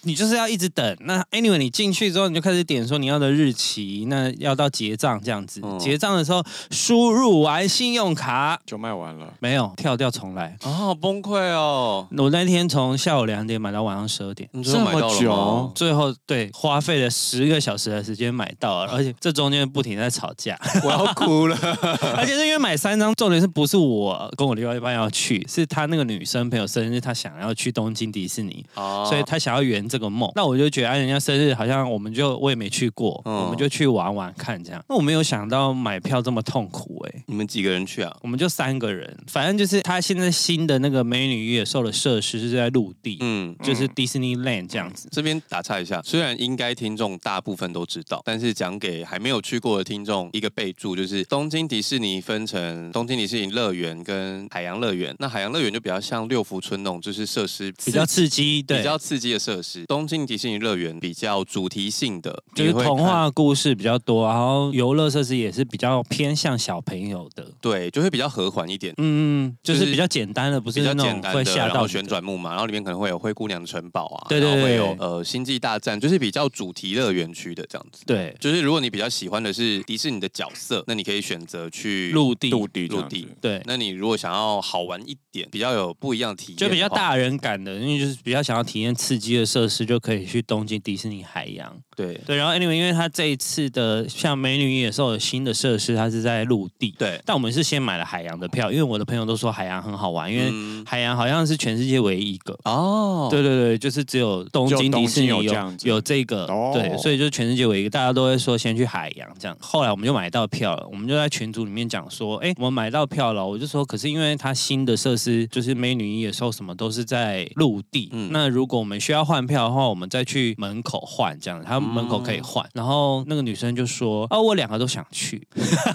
[SPEAKER 3] 你就是要一直等。那 anyway，你进去之后你就开始点说你要的日期，那要到结账这样子。
[SPEAKER 1] 嗯
[SPEAKER 3] 结账的时候输入完信用卡，
[SPEAKER 2] 就卖完 了。
[SPEAKER 3] 没有跳掉重来。
[SPEAKER 1] 啊，好崩溃哦！
[SPEAKER 3] 我那天从下午两点买到晚上十二点。
[SPEAKER 1] 你最后买到了
[SPEAKER 2] 这
[SPEAKER 1] 吗
[SPEAKER 2] 么
[SPEAKER 3] 最后对花费了十个小时的时间买到了，而且这中间不停在吵架，
[SPEAKER 1] 我要哭 了。
[SPEAKER 3] 而且是因为买三张，重点是不是我跟我另外一半要去，是她那个女生朋友生日，她想要去东京迪士尼，
[SPEAKER 1] 哦
[SPEAKER 3] 所以她想要圆这个梦。那我就觉得，哎，人家生日好像我们就我也没去过，
[SPEAKER 1] 嗯
[SPEAKER 3] 我们就去玩玩看这样。那我没有想到买票这么痛苦哎、
[SPEAKER 1] 你们几个人去啊？
[SPEAKER 3] 我们就三个人，反正就是她现在新的那个美女与野兽的设施是在陆地，
[SPEAKER 1] 嗯。
[SPEAKER 3] 就是 Disneyland 这样子。
[SPEAKER 1] 这边打岔一下，虽然应该听众大部分都知道，但是讲给还没有去过的听众一个备注，就是东京迪士尼分成东京迪士尼乐园跟海洋乐园。那海洋乐园就比较像六福村那种，就是设施
[SPEAKER 3] 比较刺激，对，
[SPEAKER 1] 比较刺激的设施。东京迪士尼乐园比较主题性的，
[SPEAKER 3] 就是
[SPEAKER 1] 你会
[SPEAKER 3] 童
[SPEAKER 1] 看。
[SPEAKER 3] 话故事比较多，然后游乐设施也是比较偏向小朋友的。
[SPEAKER 1] 对，就会比较和缓一点，
[SPEAKER 3] 嗯，就
[SPEAKER 1] 就是是
[SPEAKER 3] 比较简单的，不是
[SPEAKER 1] 比较
[SPEAKER 3] 那
[SPEAKER 1] 简
[SPEAKER 3] 种
[SPEAKER 1] 单
[SPEAKER 3] 会
[SPEAKER 1] 的，
[SPEAKER 3] 吓
[SPEAKER 1] 然后
[SPEAKER 3] 到
[SPEAKER 1] 旋
[SPEAKER 3] 你的。
[SPEAKER 1] 转木马，然后里面可能会有灰姑娘的城堡啊，
[SPEAKER 3] 对对对
[SPEAKER 1] 然后会有呃星际大战，就是比较主题乐园区的这样子。
[SPEAKER 3] 对，
[SPEAKER 1] 就是如果你比较喜欢的是迪士尼的角色，那你可以选择去。
[SPEAKER 3] 陆地，
[SPEAKER 2] 陆地这样
[SPEAKER 1] 陆地
[SPEAKER 2] 子
[SPEAKER 3] 对，
[SPEAKER 1] 那你如果想要好玩一点，比较有不一样的体验，
[SPEAKER 3] 就比较。大人感的，因为就是比较想要体验刺激的设施，就可以去东京迪士尼海洋。
[SPEAKER 1] 对
[SPEAKER 3] 对，然后 anyway，因为它这一次的像美女与野兽的新的设施，它是在陆地。
[SPEAKER 1] 对，
[SPEAKER 3] 但我们是先买了海洋的票，因为我的朋友都说海洋很好玩，因为
[SPEAKER 1] 嗯
[SPEAKER 3] 海洋好像是全世界唯一一个。
[SPEAKER 1] 哦，
[SPEAKER 3] 对对对，就是只有东
[SPEAKER 2] 只有
[SPEAKER 3] 京迪
[SPEAKER 2] 东
[SPEAKER 3] 士尼
[SPEAKER 2] 京有
[SPEAKER 3] 有
[SPEAKER 2] 这样子
[SPEAKER 3] 有这个，
[SPEAKER 2] 哦
[SPEAKER 3] 对，所以就全世界唯一个，大家都会说先去海洋这样。后来我们就买到票了，我们就在群组里面讲说，哎，我们买到票了。我就说，可是因为它新的设施就是美女与野兽什么都是在陆地，
[SPEAKER 1] 嗯
[SPEAKER 3] 那如果我们需要换票的话，我们再去门口换这样，他们门口可以换。然后那个女生就说，哦，我两个都想去，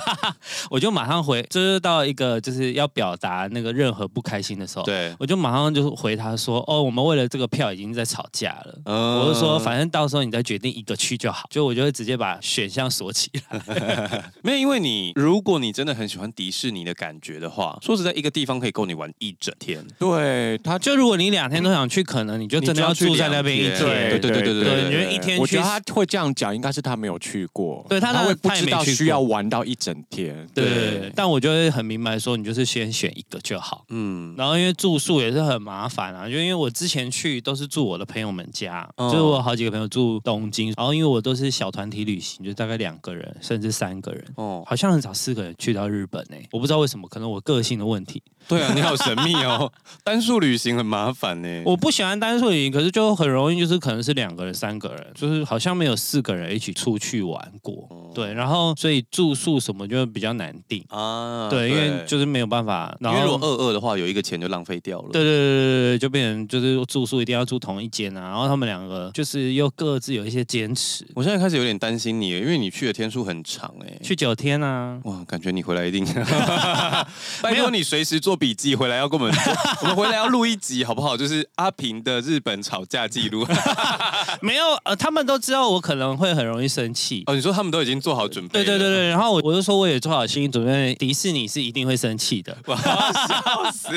[SPEAKER 3] 我就马上回，就是到一个就是要表达那个任何不开心的时候，
[SPEAKER 1] 对
[SPEAKER 3] 我就马上就回他说：“哦，我们为了这个票已经在吵架了。
[SPEAKER 1] 嗯
[SPEAKER 3] 我就说，反正到时候你再决定一个区就好，就我就会直接把选项 锁起来。
[SPEAKER 1] 没有，因为你如果你真的很喜欢迪士尼的感觉的话，说实在，一个地方可以够你玩一整天。
[SPEAKER 2] 对他
[SPEAKER 3] 就如果你两天都想去，可能你就真的要住在那边一
[SPEAKER 1] 你就要去两
[SPEAKER 3] 天。
[SPEAKER 1] 对对对对对
[SPEAKER 3] 对你就一天
[SPEAKER 2] 我觉得
[SPEAKER 3] 去
[SPEAKER 2] 他会这样讲，应该是他没有去过，
[SPEAKER 3] 对他当
[SPEAKER 2] 他会
[SPEAKER 3] 然
[SPEAKER 2] 不
[SPEAKER 3] 他也
[SPEAKER 2] 知
[SPEAKER 3] 没
[SPEAKER 2] 道
[SPEAKER 3] 去
[SPEAKER 2] 需
[SPEAKER 3] 过
[SPEAKER 2] 要玩到一整天。
[SPEAKER 3] 对，但我就会很明白说，你就是先选一个就好。
[SPEAKER 1] 嗯，
[SPEAKER 3] 然后因为住宿也是很麻烦啊，就因为我之前去都是住我的朋友们家，
[SPEAKER 1] 嗯
[SPEAKER 3] 就是我有好几个朋友住东京，然后因为我都是小团体旅行，就大概两个人甚至三个人，
[SPEAKER 1] 哦，
[SPEAKER 3] 好像很少四个人去到日本呢、我不知道为什么，可能我个性的问题，
[SPEAKER 1] 对啊，你好神秘 哦，单数旅行很麻烦呢。
[SPEAKER 3] 我不喜欢单数旅行，可是就很容易就是可能是两个人、三个人，就是好像没有四个人一起出去玩过，
[SPEAKER 1] 哦
[SPEAKER 3] 对，然后所以住宿什么就比较难定，
[SPEAKER 1] 啊，
[SPEAKER 3] 对，因为就是没有办法，然
[SPEAKER 1] 因
[SPEAKER 3] 后
[SPEAKER 1] 为如果二二的话，有一个钱就浪费掉了。
[SPEAKER 3] 对对对对对，就变成就是住宿一定要住同一间啊，然后他们两个就是又各自有一些坚持，
[SPEAKER 1] 我现在开始有点担心你了，因为你去的天数很长哎、
[SPEAKER 3] 去九天啊，
[SPEAKER 1] 哇，感觉你回来 一定，拜托你随时做笔记，回来要跟我们， 我们回来要录一集好不好？就是阿平的日本吵架记 录。
[SPEAKER 3] 没有呃，他们都知道我可能会很容易生气。
[SPEAKER 1] 嗯哦，你说他们都已经做好准备了？
[SPEAKER 3] 对
[SPEAKER 1] 嗯
[SPEAKER 3] 对对对，然后我我就说我也做好心理准备，迪士尼是一定会生气的。
[SPEAKER 1] 哇，笑 死！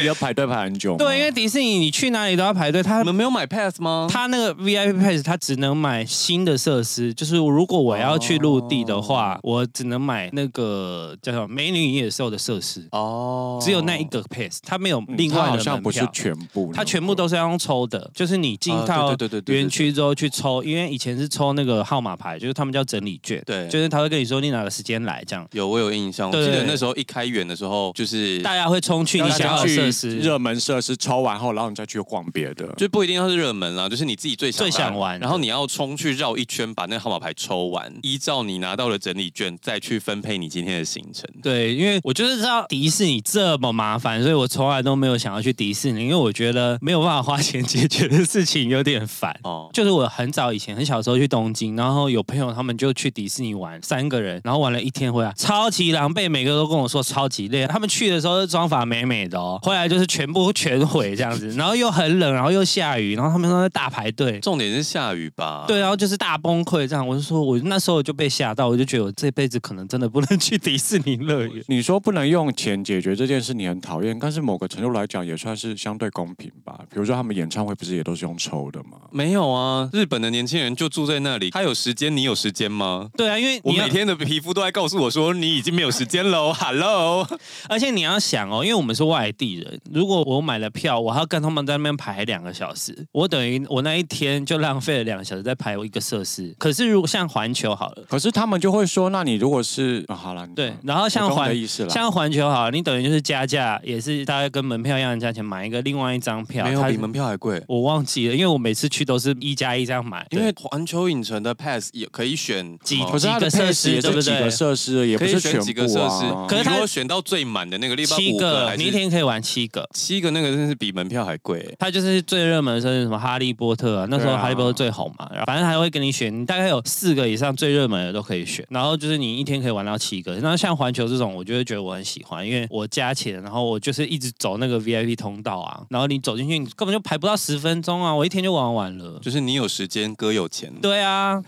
[SPEAKER 2] 你要排队排很久吗。
[SPEAKER 3] 对，因为迪士尼你去哪里都要排队，他
[SPEAKER 1] 你们没有买 pass 吗？
[SPEAKER 3] 他那个 VIP pass 他只能买新的设施，就是如果我要去陆地的话，
[SPEAKER 1] 哦
[SPEAKER 3] 我只能买那个叫什么美女与野兽的设施，
[SPEAKER 1] 哦
[SPEAKER 3] 只有那一个 pass，他没有
[SPEAKER 2] 嗯
[SPEAKER 3] 另
[SPEAKER 2] 他
[SPEAKER 3] 外的
[SPEAKER 2] 好
[SPEAKER 3] 门票。
[SPEAKER 2] 像不是全部，
[SPEAKER 3] 它全部都是要用抽的，就是你进
[SPEAKER 1] 啊对
[SPEAKER 3] 到
[SPEAKER 1] 对对对对对
[SPEAKER 3] 园区之后去抽，因为以前是抽那个号码牌，就是他们叫整理券，
[SPEAKER 1] 对
[SPEAKER 3] 就是他会跟你说你哪个时间来这样，
[SPEAKER 1] 有我有印象，我
[SPEAKER 3] 对
[SPEAKER 1] 记得那时候一开园的时候，就是
[SPEAKER 3] 大家会冲去
[SPEAKER 2] 要
[SPEAKER 3] 你
[SPEAKER 2] 先
[SPEAKER 3] 想要的设
[SPEAKER 2] 去
[SPEAKER 3] 施。
[SPEAKER 2] 热门设施抽完后，然后你再去逛别的。
[SPEAKER 1] 就不一定要是热门啦，就是你自己最想
[SPEAKER 3] 最想玩的
[SPEAKER 1] 然后你要冲去绕一圈，把那个号码牌抽完，依照你拿到的整理券再去分配你今天的行程。
[SPEAKER 3] 对，因为我就是知道迪士尼这么麻烦，所以我从来都没有想要去迪士尼，因为我觉得没有办法花钱解决的事情有点烦。
[SPEAKER 1] 哦，
[SPEAKER 3] 就是我很早以前很小的时候去东京，然后有朋友他们就去迪士尼玩，三个人，然后玩了一天回来，超级狼狈，每个都跟我说超级累。他们去的时候是妆法美美的哦，回来就是全部全毁这样子，然后又很冷，然后又下雨，然后他们都在大排队。
[SPEAKER 1] 重点是下雨吧？
[SPEAKER 3] 对，然后就是大崩溃这样，我就说，我那时候就被吓到，我就觉得我这辈子可能真的不能去迪士尼乐园。
[SPEAKER 2] 你说不能用钱解决这件事，你很讨厌，但是某个程度来讲也算是相对公平吧。比如说他们演唱会不是也都是用抽的吗？
[SPEAKER 1] 没有啊，日本的年轻人就住在那里，他有时间，你有时间吗？
[SPEAKER 3] 对啊，因为
[SPEAKER 1] 我
[SPEAKER 3] 你要
[SPEAKER 1] 每天的皮肤都在告诉我说你已经没有时间喽 ，Hello，
[SPEAKER 3] 而且你要想哦，因为我们是外地人，如果我买了票，我还要跟他们在那边排两个小时，我等于我那一天就浪费了两个小时在排一个设施。可是如果像环球好了，
[SPEAKER 2] 可是他们就会说，那你如果是、啊、好了，你
[SPEAKER 3] 对
[SPEAKER 1] 嗯
[SPEAKER 2] 讲，
[SPEAKER 3] 然后像
[SPEAKER 2] 我懂你的
[SPEAKER 3] 环
[SPEAKER 2] 意思啦，
[SPEAKER 3] 像环球好了，你等于就是加价，也是大概跟门票一样的价钱买一个另外一张票，
[SPEAKER 1] 没有
[SPEAKER 3] 它
[SPEAKER 1] 比门票还贵。
[SPEAKER 3] 我忘记了，因为我每次去都是一加一这样买，
[SPEAKER 1] 因为环球影城的 Pass 也可以选
[SPEAKER 3] 几
[SPEAKER 1] 什么
[SPEAKER 2] 可是它的
[SPEAKER 3] 几个设
[SPEAKER 2] pass
[SPEAKER 3] 施
[SPEAKER 2] 也
[SPEAKER 3] 对不
[SPEAKER 2] 是几
[SPEAKER 3] 对
[SPEAKER 2] 个设施，也不
[SPEAKER 1] 可以
[SPEAKER 2] 是
[SPEAKER 1] 选
[SPEAKER 2] 全
[SPEAKER 1] 几个
[SPEAKER 2] 部
[SPEAKER 1] 设施，
[SPEAKER 2] 啊。
[SPEAKER 3] 可是
[SPEAKER 1] 你
[SPEAKER 3] 它
[SPEAKER 1] 如果选到最满的那个，例
[SPEAKER 3] 对
[SPEAKER 1] 如说
[SPEAKER 3] 七
[SPEAKER 1] 五个还
[SPEAKER 3] 个，
[SPEAKER 1] 是
[SPEAKER 3] 你一天可以玩七个。
[SPEAKER 1] 七个那个真的是比门票还贵。
[SPEAKER 3] 它就是最热门的设施，什么《哈利波特》啊，那时
[SPEAKER 2] 对
[SPEAKER 3] 候《
[SPEAKER 2] 啊
[SPEAKER 3] 哈利波特》最红嘛，然后反正还会跟你选，你大概有四个以上最热门的都可以选，然后就是你一天可以玩到七个。那像环球这种，我就会觉得我很喜欢，因为我加钱，然后我就是一直走那个 VIP 通道啊，然后你走进去，你根本就排不到十分钟啊，我一天就玩完了。
[SPEAKER 1] 就是你有时间，哥有钱。
[SPEAKER 3] 对啊，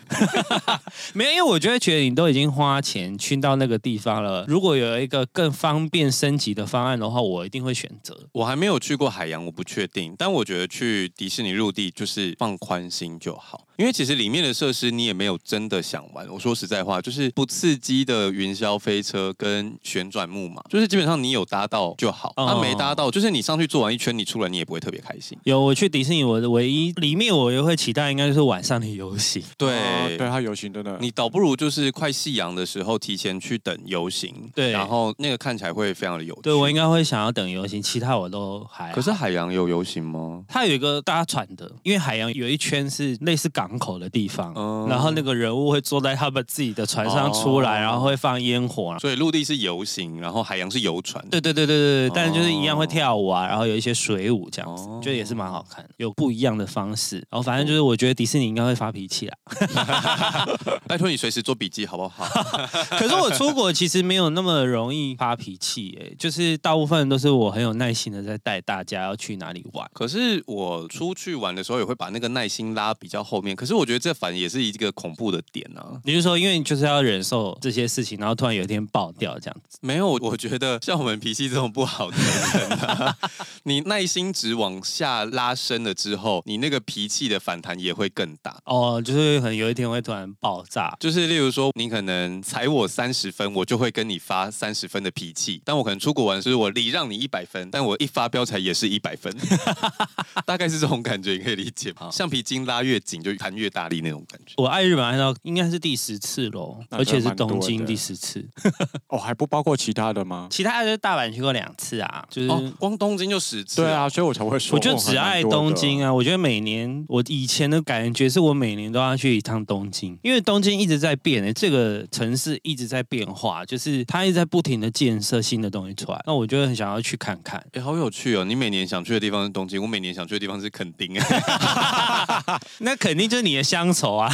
[SPEAKER 3] 没有，因为我就会觉得你都已经花钱去到那个地方了，如果有一个更方便升级的方案的话，我一定会选择。
[SPEAKER 1] 我还没有去过海洋，我不确定，但我觉得去迪士尼陆地就是放宽心就好，因为其实里面的设施你也没有真的想玩。我说实在话，就是不刺激的云霄飞车跟旋转木马，就是基本上你有搭到就好，那、
[SPEAKER 3] 哦
[SPEAKER 1] 没搭到，就是你上去做完一圈，你出来你也不会特别开心。
[SPEAKER 3] 有，我去迪士尼，我的唯一里面我也会期待，应该就是晚上的游行。
[SPEAKER 1] 对。
[SPEAKER 2] 啊
[SPEAKER 3] 哦
[SPEAKER 2] 对它游行真的，
[SPEAKER 1] 你倒不如就是快夕阳的时候提前去等游行，
[SPEAKER 3] 对
[SPEAKER 1] 然后那个看起来会非常的有趣。
[SPEAKER 3] 对我应该会想要等游行，其他我都还好。
[SPEAKER 1] 可是海洋有游行吗？
[SPEAKER 3] 它有一个搭船的，因为海洋有一圈是类似港港口的地方，
[SPEAKER 1] 嗯
[SPEAKER 3] 然后那个人物会坐在他们自己的船上出来，
[SPEAKER 1] 哦
[SPEAKER 3] 然后会放烟火。啊
[SPEAKER 1] 嗯所以陆地是游行，然后海洋是游船。
[SPEAKER 3] 对对对对对对，
[SPEAKER 1] 哦
[SPEAKER 3] 但是就是一样会跳舞啊，然后有一些水舞这样子，
[SPEAKER 1] 哦
[SPEAKER 3] 就也是蛮好看的，有不一样的方式。然后反正就是我觉得迪士尼应该会发脾气啦。
[SPEAKER 1] 拜托你随时做笔记好不好？
[SPEAKER 3] 可是我出国其实没有那么容易发脾气，哎，就是大部分都是我很有耐心的在带大家要去哪里玩。
[SPEAKER 1] 可是我出去玩的时候也会把那个耐心拉比较后面。可是我觉得这反而也是一个恐怖的点啊。
[SPEAKER 3] 你是说，因为你就是要忍受这些事情，然后突然有一天爆掉这样子？
[SPEAKER 1] 没有，我觉得像我们脾气这种不好的人、啊， 你耐心值往下拉伸了之后，你那个脾气的反弹也会更大。
[SPEAKER 3] 哦，就是可能有一天会突然爆炸。
[SPEAKER 1] 就是例如说，你可能踩我三十分，我就会跟你发三十分的脾气。但我可能出国玩，就是我礼让你一百分，但我一发飙才也是一百 分，大概是这种感觉，你可以理解吗？橡皮筋拉越紧，就弹越大力那种感觉。
[SPEAKER 3] 我爱日本爱到应该是第十次喽，
[SPEAKER 2] 那
[SPEAKER 3] 而且是
[SPEAKER 2] 蛮多
[SPEAKER 3] 东京
[SPEAKER 2] 的
[SPEAKER 3] 第十次，
[SPEAKER 2] 哦，还不包括其他的吗？
[SPEAKER 3] 其他的就是大阪去过两次啊，就是。
[SPEAKER 1] 哦，光东京就十次、
[SPEAKER 2] 对，啊，所以我才会说，
[SPEAKER 3] 我就只爱东京
[SPEAKER 2] 啊。
[SPEAKER 3] 啊！我觉得每年我以前的感觉是我每年都要去一趟东京，因为东京一直在变、欸，这个城市一直在变化，就是它一直在不停的建设新的东西出来。那我就很想要去看看。
[SPEAKER 1] 哎、好有趣哦！你每年想去的地方是东京，我每年想去的地方是垦丁。 哎，
[SPEAKER 3] 那肯定就是你的乡愁啊，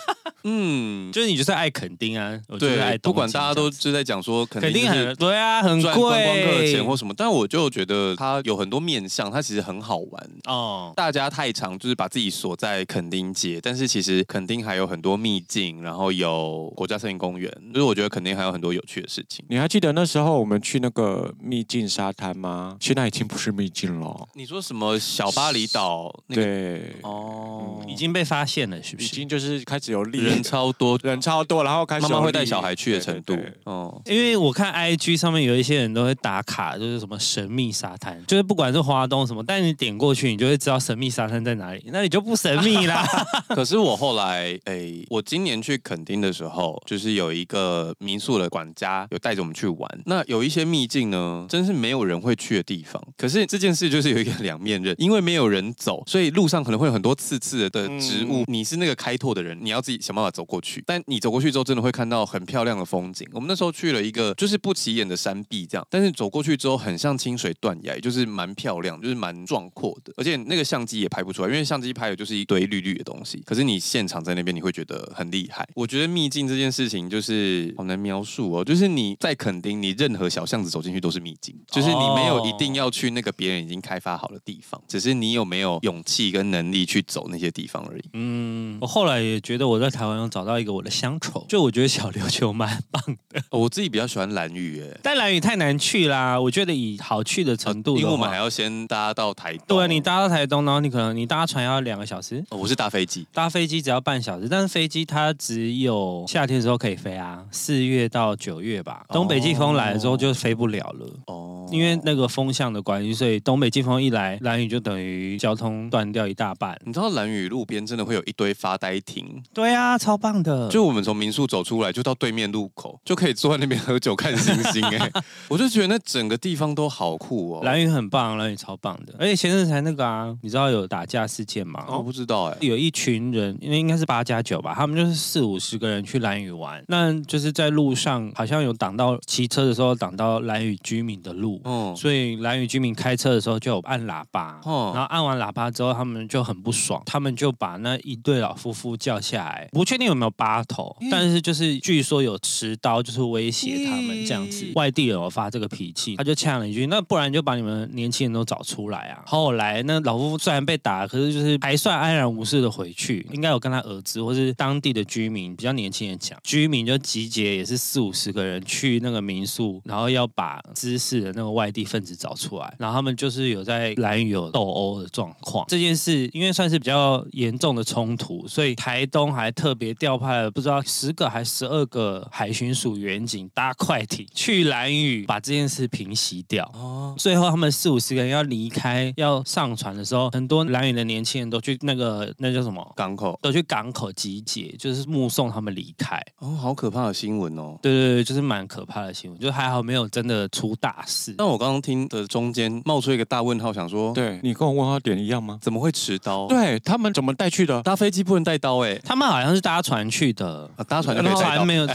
[SPEAKER 1] 嗯，
[SPEAKER 3] 就是你就是爱垦丁啊，我就是爱
[SPEAKER 1] 对，
[SPEAKER 3] 东
[SPEAKER 1] 不
[SPEAKER 3] 京
[SPEAKER 1] 管大家都
[SPEAKER 3] 这样子
[SPEAKER 1] 是在讲说垦
[SPEAKER 3] 肯定
[SPEAKER 1] 就是
[SPEAKER 3] 很对啊，很贵，
[SPEAKER 1] 赚观光客的钱或什么，但我就觉得它有很多面向，它其实很好玩。
[SPEAKER 3] 哦。
[SPEAKER 1] 大家太常就是把自己锁在垦丁街，但是其实垦丁还有很多秘境，然后有国家森林公园，就是我觉得垦丁还有很多有趣的事情。
[SPEAKER 2] 你还记得那时候我们去那个秘境沙滩吗？现在已经不是秘境了。
[SPEAKER 1] 你说什么小巴厘岛那个？
[SPEAKER 2] 对，
[SPEAKER 1] 哦
[SPEAKER 3] 已经被发现了，是不
[SPEAKER 2] 已
[SPEAKER 3] 是？
[SPEAKER 2] 经就是开始有利
[SPEAKER 1] 人超多，
[SPEAKER 2] 人超多，然后开始
[SPEAKER 1] 妈
[SPEAKER 2] 有
[SPEAKER 1] 妈会带
[SPEAKER 2] 利
[SPEAKER 1] 小孩去的程度
[SPEAKER 2] 对对对。
[SPEAKER 1] 哦。
[SPEAKER 3] 因为我看 IG 上面有一些人都会打卡，就是什么神秘沙滩，就是不管是华东什么，但你点过去，你就会知道神秘沙滩在哪里，那你就不神 秘啦。
[SPEAKER 1] 可是我后来，诶、我今年去垦丁的时候，就是有一个民宿的管家有带着我们去玩。那有一些秘境呢，真是没有人会去的地方。可是这件事就是有一个两面刃，因为没有人走，所以路上可能会有很多刺刺的植物。你是那个开拓的人，你要自己想办法走过去。但你走过去之后，真的会看到很漂亮的风景。我们那时候去了一个就是不起眼的山壁，这样，但是走过去之后，很像清水断崖，就是蛮漂亮，就是蛮壮阔的。而且那个相机也拍不出来，因为相机拍的就是一堆绿绿的东西。可是你现场在那边，你会觉得很厉害。我觉得秘境这件事情就是好难描述哦，就是你在垦丁，你任何小巷子走进去都是秘境，就是你没有一定要去那个别人已经开发好的地方，只是你有没有勇气跟能力去走那些地方而已。
[SPEAKER 3] 嗯，我后来也觉得我在台湾有找到一个我的乡愁，就我觉得小琉球蛮棒，
[SPEAKER 1] 哦我自己比较喜欢蓝屿，哎。
[SPEAKER 3] 但兰屿太难去啦， 我觉得以好去的程度的话、
[SPEAKER 1] 因为我们还要先搭到台东。
[SPEAKER 3] 对啊，你搭到台东，然后你可能你搭船要两个小时，
[SPEAKER 1] 哦，我是搭飞机。
[SPEAKER 3] 搭飞机只要半小时，但是飞机它只有夏天的时候可以飞啊，四月到九月吧。东北季风来了之后就飞不了了。
[SPEAKER 1] 哦，
[SPEAKER 3] 因为那个风向的关系，所以东北季风一来，蓝雨就等于交通断掉一大半。
[SPEAKER 1] 你知道蓝屿路边真的会有一堆发呆亭，
[SPEAKER 3] 对啊，超棒的。就
[SPEAKER 1] 就我们从民宿走出来，就到对面路口，就可以坐在那边 喝酒看星星、 哎，我就觉得那整个地方都好酷哦。
[SPEAKER 3] 蓝雨很棒，蓝雨超棒的。而且前阵子才那个啊，你知道有打架事件吗？
[SPEAKER 1] 哦，我不知道哎、
[SPEAKER 3] 有一群人，因为应该是八加九吧，他们就是四五十个人去蓝屿玩，那就是在路上好像有挡到骑车的时候挡到蓝屿居民的路，
[SPEAKER 1] 哦，
[SPEAKER 3] 所以蓝屿居民开车的时候就有按喇叭，
[SPEAKER 1] 哦
[SPEAKER 3] 然后按完喇叭之后，他们就很不爽，他们就把那一对老夫妇叫下来，不确定有没有扒头，但是就是据说有持刀，就是威胁他们这样子。外地人有发这个脾气，他就呛了一句：“那不然就把你们年轻人都找出来啊！”后来那老夫妇虽然被打，可是就是还算安然无事的回去。应该有跟他儿子或是当地的居民比较年轻人讲，居民就集结也是四五十个人去那个民宿，然后要把滋事的那个外地分子找出来，然后他们就是有在兰屿有斗殴的状况。这件事因为算是比较严重的冲突，所以台东还特别调派了不知道十个还十二个海巡署员警搭快艇去蓝屿，把这件事平息掉。
[SPEAKER 1] 哦，
[SPEAKER 3] 最后他们四五十个人要离开，要上船的时候，很多蓝屿的年轻人都去那个那叫什么？
[SPEAKER 1] 港口
[SPEAKER 3] 都去港口集结，就是目送他们离开。
[SPEAKER 1] 哦，好可怕的新闻哦。
[SPEAKER 3] 对对对，就是蛮可怕的新闻，就还好没有真的出大事。
[SPEAKER 1] 但我刚刚听的中间冒出一个大问号，想说，，
[SPEAKER 2] 对你跟我问号点一样吗？
[SPEAKER 1] 怎么会持刀？，
[SPEAKER 2] 对他们怎么带去的？
[SPEAKER 1] 搭飞机不能带刀哎、
[SPEAKER 3] 他们好像是搭船去的，
[SPEAKER 1] 啊搭船就可
[SPEAKER 3] 然
[SPEAKER 1] 以
[SPEAKER 3] 后
[SPEAKER 1] 带刀
[SPEAKER 3] 船。没有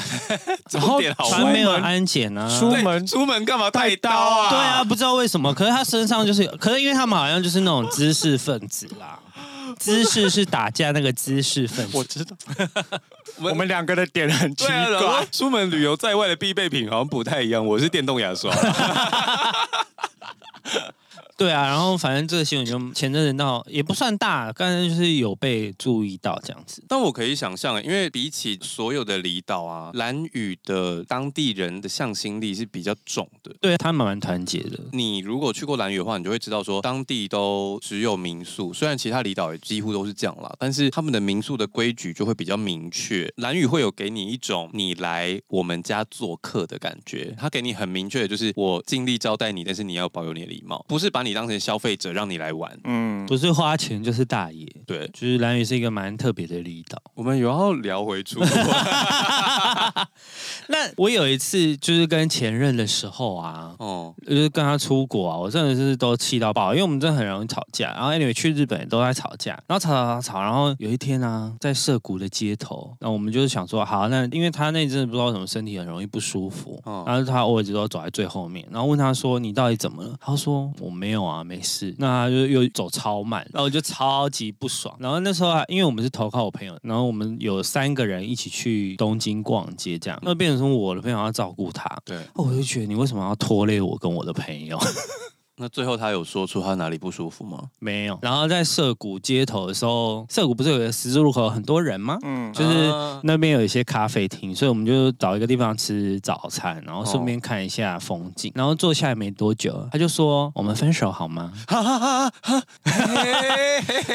[SPEAKER 2] 然后
[SPEAKER 1] 这点好玩
[SPEAKER 3] 船没有
[SPEAKER 2] 出门
[SPEAKER 3] 安检啊。
[SPEAKER 2] 出门
[SPEAKER 1] 出门干嘛带刀啊？
[SPEAKER 3] 对啊，，不知道为什么，可是他身上就是，可是因为他们好像就是那种知识分子啦， 知识是打架那个知识分
[SPEAKER 2] 我
[SPEAKER 3] 子，
[SPEAKER 2] 知道，
[SPEAKER 1] 我
[SPEAKER 2] 我
[SPEAKER 1] 们
[SPEAKER 2] 们两个的点很奇
[SPEAKER 1] 对啊，然
[SPEAKER 2] 怪
[SPEAKER 1] 后。出门旅游在外的必备品好像不太一样。我是电动牙刷，
[SPEAKER 3] 对啊，然后反正这个新闻就前阵子闹也不算大，刚才就是有被注意到这样子，
[SPEAKER 1] 但我可以想象，因为比起所有的离岛啊，蓝屿的当地人的向心力是比较重的。
[SPEAKER 3] 对他们蛮团结的，
[SPEAKER 1] 你如果去过蓝屿的话，你就会知道说，当地都只有民宿，虽然其他离岛也几乎都是这样啦，但是他们的民宿的规矩就会比较明确。蓝屿会有给你一种你来我们家做客的感觉，他给你很明确的就是我尽力招待你，但是你要保有你的礼貌，不是把你当成消费者让你来玩。
[SPEAKER 2] 嗯，
[SPEAKER 3] 不是花钱就是大爷，
[SPEAKER 1] 对
[SPEAKER 3] 就是蓝屿是一个蛮特别的离岛。
[SPEAKER 1] 我们有要聊回出国，
[SPEAKER 3] 那我有一次就是跟前任的时候啊，
[SPEAKER 1] 哦，
[SPEAKER 3] 就是跟他出国啊，我真的是都气到爆，因为我们真的很容易吵架。然后 anyway 去日本也都在吵架，然后吵吵吵吵，然后有一天啊，在涩谷的街头，那我们就是想说，好，那因为他那阵子不知道为什么身体很容易不舒服，
[SPEAKER 1] 哦
[SPEAKER 3] 然后他偶尔就都走在最后面，然后问他说你到底怎么了？他说我没有啊，没事。那他就又走超慢，然后我就超级不爽。然后那时候啊，因为我们是投靠我朋友，然后我们有三个人一起去东京逛街，这样，那变成说我的朋友要照顾他，
[SPEAKER 1] 对。
[SPEAKER 3] 哦我就觉得你为什么要拖累我跟我的朋友？
[SPEAKER 1] 那最后他有说出他哪里不舒服吗？
[SPEAKER 3] 没有。然后在涩谷街头的时候，涩谷不是有个十字路口有很多人吗？
[SPEAKER 2] 嗯
[SPEAKER 3] 就是
[SPEAKER 1] 啊，
[SPEAKER 3] 那边有一些咖啡厅，所以我们就找一个地方吃早餐，然后顺便看一下风景。然后坐下来没多久，他就说：“我们分手好吗？”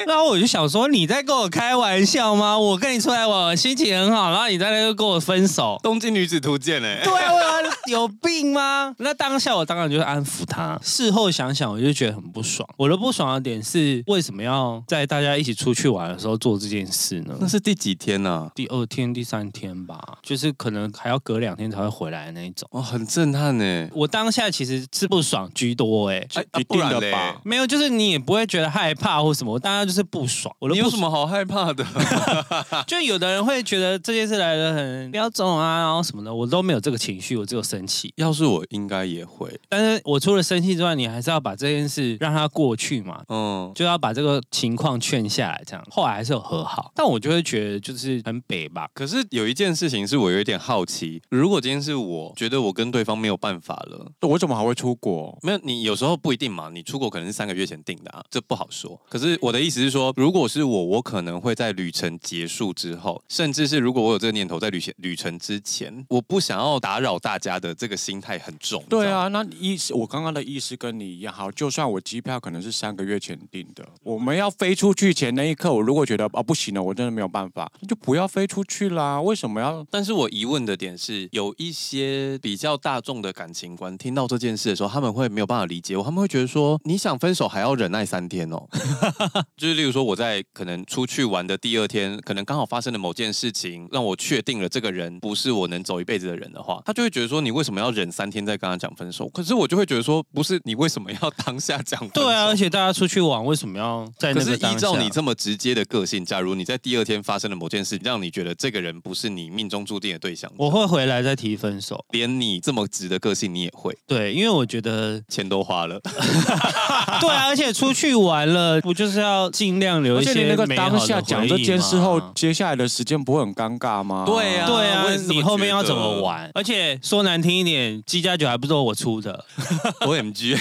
[SPEAKER 3] 然后我就想说：“你在跟我开玩笑吗？我跟你出来玩，心情很好，然后你在那就跟我分手
[SPEAKER 1] 东京女子图鉴哎、
[SPEAKER 3] 对啊我有病吗？那当下我当然就是安抚他，事后想想我就觉得很不爽。我的不爽的点是，为什么要在大家一起出去玩的时候做这件事呢？
[SPEAKER 1] 那是第几天啊呢、
[SPEAKER 3] 第二天、第三天吧，就是可能还要隔两天才会回来的那一种。
[SPEAKER 1] 哇、哦很震撼呢、欸
[SPEAKER 3] 我当下其实是不爽居多、欸，哎。
[SPEAKER 1] 哎
[SPEAKER 2] 一定的？
[SPEAKER 1] 啊
[SPEAKER 2] 吧
[SPEAKER 1] 不然嘞
[SPEAKER 3] 没有，就是你也不会觉得害怕或什么，我当然就是不爽。我的
[SPEAKER 1] 你
[SPEAKER 3] 不
[SPEAKER 1] 有
[SPEAKER 3] 爽
[SPEAKER 1] 什么好害怕的？
[SPEAKER 3] 就有的人会觉得这件事来的很标准啊，然后什么的，我都没有这个情绪，我只有生气。
[SPEAKER 1] 要是我应该也会，
[SPEAKER 3] 但是我除了生气之外，你还是要把这件事让它过去嘛，
[SPEAKER 1] 嗯，
[SPEAKER 3] 就要把这个情况劝下来，这样后来还是有和好，但我就会觉得就是很北吧。
[SPEAKER 1] 可是有一件事情是我有一点好奇，如果今天是我觉得我跟对方没有办法了。
[SPEAKER 2] 我怎么还会出国？
[SPEAKER 1] 没有，你有时候不一定嘛。你出国可能是三个月前定的、啊，这不好说。可是我的意思是说，如果是我，我可能会在旅程结束之后，甚至是如果我有这个念头在旅行旅程之前，我不想要打扰大家的这个心态很重。你
[SPEAKER 2] 对
[SPEAKER 1] 知道吗，
[SPEAKER 2] 啊，那意思我刚刚的意思跟你一样，好，就算我机票可能是三个月前订的，我们要飞出去前那一刻，我如果觉得啊不行了，我真的没有办法，那就不要飞出去啦。为什么要
[SPEAKER 1] 但是我疑问的点是，有一些比较大众的感情观，听到这件事的时候，他们会没有办法理解我，他们会觉得说，你想分手还要忍耐三天 哦。就是例如说，我在可能出去玩的第二天，可能刚好发生了某件事情，让我确定了这个人不是我能走一辈子的人的话，他就会觉得说，你为什么要忍三天再跟他讲分手？可是我就会觉得说，不是你为什么要当下讲分手？
[SPEAKER 3] 对啊，而。且大家出去玩为什么要在
[SPEAKER 1] 可
[SPEAKER 3] 那
[SPEAKER 1] 是
[SPEAKER 3] 个
[SPEAKER 1] 依
[SPEAKER 3] 当下？
[SPEAKER 1] 照你这么直接的个性，假如你在第二天发生了某件事，让你觉得这个人不是你命中注定的对象，
[SPEAKER 3] 我会回来再提分手。
[SPEAKER 1] 连你这么直的个性你也会，
[SPEAKER 3] 对，因为我觉得
[SPEAKER 1] 钱都花 了，
[SPEAKER 3] 对啊，而且出去玩了，不就是要尽量留
[SPEAKER 2] 而
[SPEAKER 3] 一
[SPEAKER 2] 且
[SPEAKER 3] 些
[SPEAKER 2] 你那个
[SPEAKER 3] 美好
[SPEAKER 2] 当
[SPEAKER 3] 的
[SPEAKER 2] 下
[SPEAKER 3] 回
[SPEAKER 2] 讲
[SPEAKER 3] 忆
[SPEAKER 2] 这件事后
[SPEAKER 3] 嘛，
[SPEAKER 2] 接下来的时间不会很尴尬吗？
[SPEAKER 1] 对啊
[SPEAKER 3] 对
[SPEAKER 1] 我
[SPEAKER 3] 啊
[SPEAKER 1] 也是，这么
[SPEAKER 3] 你后面
[SPEAKER 1] 觉
[SPEAKER 3] 要怎
[SPEAKER 1] 得
[SPEAKER 3] 么玩？而且说难听一点，鸡加酒还不是我出的。
[SPEAKER 1] O M G，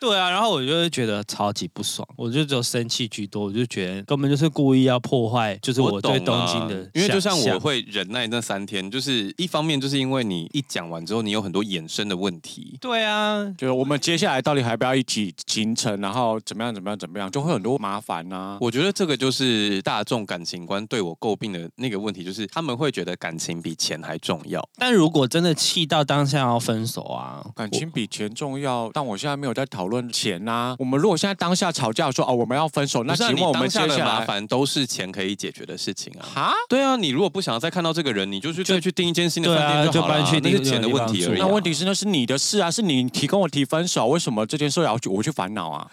[SPEAKER 3] 对啊，然后我就会觉得超级不爽，我就只有生气居多，我就觉得根本就是故意要破坏，就是我对
[SPEAKER 1] 懂
[SPEAKER 3] 东
[SPEAKER 1] 啊
[SPEAKER 3] 京的想象、
[SPEAKER 1] 因为就像我会忍耐那三天，就是一方面就是因为你一讲完之后，你有很多衍生的问题。
[SPEAKER 3] 对啊，
[SPEAKER 2] 就是我们接下来到底还不要一起行程，然后怎么样怎么样怎么样，就会很多麻烦啊呐、
[SPEAKER 1] 我觉得这个就是大众感情观对我诟病的那个问题，就是他们会觉得感情比钱还重要。
[SPEAKER 3] 但如果真的气到当下要分手 啊，
[SPEAKER 2] 感情比钱重要，但我现在没有在讨论钱呐、我们如果现在当下吵架说哦我们要分手，那
[SPEAKER 1] 不是
[SPEAKER 2] 请
[SPEAKER 1] 啊
[SPEAKER 2] 问我
[SPEAKER 1] 你
[SPEAKER 2] 们
[SPEAKER 1] 当
[SPEAKER 2] 接
[SPEAKER 1] 下的
[SPEAKER 2] 下
[SPEAKER 1] 麻
[SPEAKER 2] 来
[SPEAKER 1] 烦都是钱可以解决的事情啊。
[SPEAKER 2] 哈？
[SPEAKER 1] 对啊，你如果不想要再看到这个人，你就去再去订一间新的
[SPEAKER 3] 对啊
[SPEAKER 1] 饭店
[SPEAKER 3] 就
[SPEAKER 1] 好了、
[SPEAKER 3] 搬去
[SPEAKER 1] 那是
[SPEAKER 3] 另一个
[SPEAKER 1] 钱的
[SPEAKER 3] 地
[SPEAKER 1] 问
[SPEAKER 3] 方
[SPEAKER 1] 题
[SPEAKER 3] 住
[SPEAKER 1] 而已、啊
[SPEAKER 2] 那问题是那是你的事啊，是你提跟我提分手，为什么这件事要我去烦恼 啊？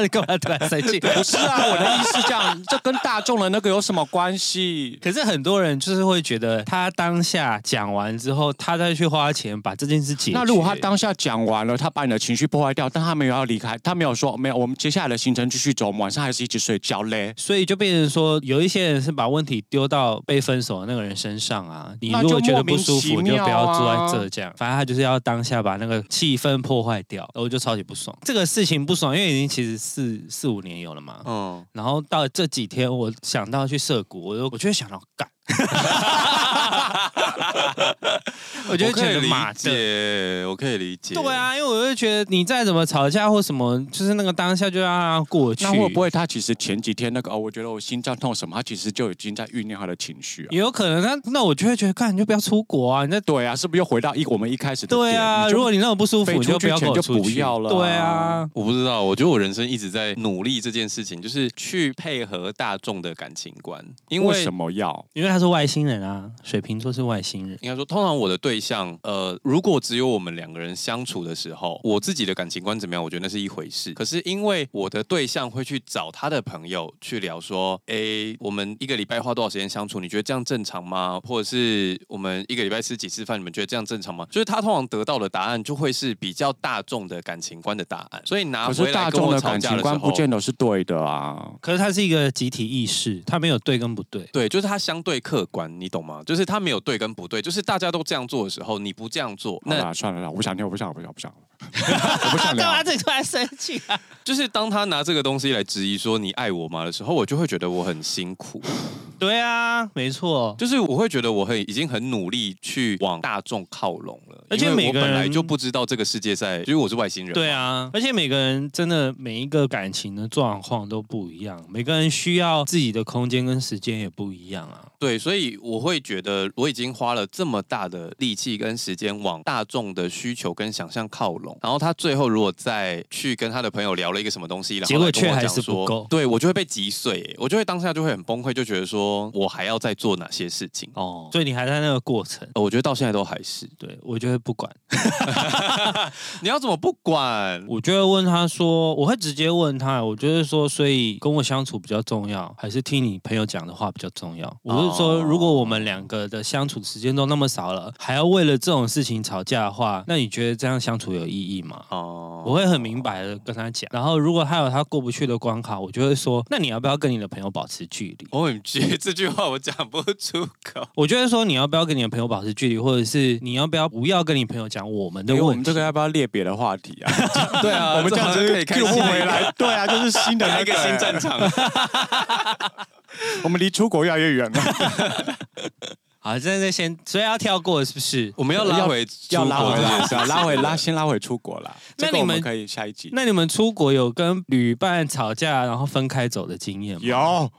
[SPEAKER 3] 你干嘛突然生气？
[SPEAKER 2] 不是啊，我的意思是这样，这跟大众的那个有什么关系？
[SPEAKER 3] 可是很多人就是会觉得，他当下讲完之后，他再去花钱把这件事情。
[SPEAKER 2] 那如果他当下讲完了，他把你的情绪破坏掉，但他没有要离开，他没有说没有，我们接下来的行程继续走，我们晚上还是一起睡觉嘞。
[SPEAKER 3] 所以就变成说，有一些人是把问题丢到被分手的那个人身上啊。你
[SPEAKER 2] 那
[SPEAKER 3] 如
[SPEAKER 2] 就
[SPEAKER 3] 果觉得
[SPEAKER 2] 莫
[SPEAKER 3] 不
[SPEAKER 2] 名
[SPEAKER 3] 舒
[SPEAKER 2] 其
[SPEAKER 3] 服，就不要
[SPEAKER 2] 妙
[SPEAKER 3] 坐
[SPEAKER 2] 啊
[SPEAKER 3] 在这这样。反正他就是要当下把那个气氛破坏掉，我就超级不爽。这个事情不爽，因为已经其实四四五年有了嘛。
[SPEAKER 1] 嗯，
[SPEAKER 3] 然后到这几天，我想到去涉谷，我就我就会想到干， 我就会
[SPEAKER 1] 我可
[SPEAKER 3] 觉
[SPEAKER 1] 以
[SPEAKER 3] 得
[SPEAKER 1] 理
[SPEAKER 3] 妈的。
[SPEAKER 1] 解，我可以理解。
[SPEAKER 3] 对，啊，因为我就觉得你再怎么吵架或什么，就是那个当下就要让它过去。
[SPEAKER 2] 那会不会他其实前几天那个哦，我觉得我心脏痛什么，他其实就已经在酝酿他的情绪啊？
[SPEAKER 3] 也有可能？那那我就会觉得，干你就不要出国啊！你在
[SPEAKER 2] 对啊，是不是又回到一我们一开始的
[SPEAKER 3] 对啊，
[SPEAKER 2] 点你就
[SPEAKER 3] 如果你那么不舒服，
[SPEAKER 2] 飞
[SPEAKER 3] 你就
[SPEAKER 2] 出去
[SPEAKER 3] 不要
[SPEAKER 2] 前
[SPEAKER 3] 跟我
[SPEAKER 2] 就
[SPEAKER 3] 出
[SPEAKER 2] 不
[SPEAKER 3] 去
[SPEAKER 2] 要了啊
[SPEAKER 3] 对啊，
[SPEAKER 1] 我不知道，我觉得我人生一直在努力这件事情，就是去配合大众的感情观，因
[SPEAKER 2] 为
[SPEAKER 1] 为
[SPEAKER 2] 什么要？
[SPEAKER 3] 因为他是外星人啊，水瓶座是外星人。
[SPEAKER 1] 应该说，通常我的对象，呃，如果只有我们两个人相处的时候，我自己的感情观怎么样，我觉得那是一回事。可是因为我的对象会去找他的朋友去聊说，诶，我们一个礼拜花多少时间相处？你觉得这样正常吗？或者是我们一个礼拜吃几次饭？你们觉得这样正常吗？就是他通常得到的答案就会是比较大众的感情观的答案，所以拿
[SPEAKER 2] 可
[SPEAKER 1] 回
[SPEAKER 2] 是
[SPEAKER 1] 来
[SPEAKER 2] 大
[SPEAKER 1] 跟
[SPEAKER 2] 众
[SPEAKER 1] 我
[SPEAKER 2] 的
[SPEAKER 1] 吵
[SPEAKER 2] 感
[SPEAKER 1] 架
[SPEAKER 2] 情
[SPEAKER 1] 的时
[SPEAKER 2] 观不
[SPEAKER 1] 候。
[SPEAKER 2] 见得是对的啊。
[SPEAKER 3] 可是他是一个集体意识，他没有对跟不对。
[SPEAKER 1] 对，就是他相对客观，你懂吗？就是他没有对跟不对，就是大家都这样做的时候，你不这样做，
[SPEAKER 2] 好
[SPEAKER 1] 那
[SPEAKER 2] 啦，算了啦，我不想听，我不想，我不想，我不想，我不想
[SPEAKER 3] 干
[SPEAKER 2] 聊。
[SPEAKER 3] 嘛这突然生气啊？
[SPEAKER 1] 就是当他拿这个东西来质疑说你爱我吗的时候，我就会觉得我很辛苦，
[SPEAKER 3] 对啊，没错。
[SPEAKER 1] 就是我会觉得我很已经很努力去往大众靠拢了，
[SPEAKER 3] 而且
[SPEAKER 1] 因为
[SPEAKER 3] 每
[SPEAKER 1] 我
[SPEAKER 3] 个
[SPEAKER 1] 本来
[SPEAKER 3] 人
[SPEAKER 1] 就不知道这个世界在，因为我是外星人，
[SPEAKER 3] 对，啊，而且每个人真的每一个感情的状况都不一样，每个人需要自己的空间跟时间也不一样啊。
[SPEAKER 1] 对，所以我会觉得我已经花了这么大的力气跟时间往大众的需求跟想象靠拢，然后他最后如果再去跟他的朋友聊了一个什么东西，然后
[SPEAKER 3] 结果
[SPEAKER 1] 来跟我
[SPEAKER 3] 却还
[SPEAKER 1] 讲
[SPEAKER 3] 是不
[SPEAKER 1] 说
[SPEAKER 3] 够
[SPEAKER 1] 对我就会被击碎，欸我就会当下就会很崩溃，就觉得说我还要再做哪些事情。
[SPEAKER 3] 哦，所以你还在那个过程。
[SPEAKER 1] 呃我觉得到现在都还是，
[SPEAKER 3] 对，我就会不管，
[SPEAKER 1] 你要怎么不管？
[SPEAKER 3] 我就会问他说，我会直接问他，我就是说，所以跟我相处比较重要，还是听你朋友讲的话比较重要？我是说，
[SPEAKER 1] 哦
[SPEAKER 3] 如果我们两个的相处时间都那么少了，还要为了这种事情吵架的话，那你觉得这样相处有意义吗？
[SPEAKER 1] 哦
[SPEAKER 3] 我会很明白的跟他讲，然后如果他有他过不去的关卡，我就会说，那你要不要跟你的朋友保持距离？
[SPEAKER 1] OMG，这句话我讲不出口。
[SPEAKER 3] 我就会说，你要不要跟你的朋友保持距离，或者是你要不要不要跟你朋友讲我们的
[SPEAKER 2] 因为我
[SPEAKER 3] 问
[SPEAKER 2] 们
[SPEAKER 3] 题？
[SPEAKER 2] 这个要不要列别的话题啊？
[SPEAKER 1] 对啊，
[SPEAKER 2] 我们这样
[SPEAKER 1] 样
[SPEAKER 2] 子
[SPEAKER 1] 就可以开
[SPEAKER 2] Q
[SPEAKER 1] 心
[SPEAKER 2] 不回来。对啊，就是新的
[SPEAKER 1] 开
[SPEAKER 2] 那
[SPEAKER 1] 一个新战
[SPEAKER 2] 场。
[SPEAKER 1] 场。
[SPEAKER 2] 我们离出国越来越远了。
[SPEAKER 3] 好，现在先，所以要跳过是不是？
[SPEAKER 1] 我们要拉回
[SPEAKER 2] 要拉回
[SPEAKER 1] 来
[SPEAKER 2] 来，是要拉回拉，先拉回出国 啦。
[SPEAKER 3] 那
[SPEAKER 2] 这个
[SPEAKER 3] 你
[SPEAKER 2] 我
[SPEAKER 3] 们
[SPEAKER 2] 们可以下一集。
[SPEAKER 3] 那你们出国有跟旅伴吵架然后分开走的经验吗？
[SPEAKER 2] 有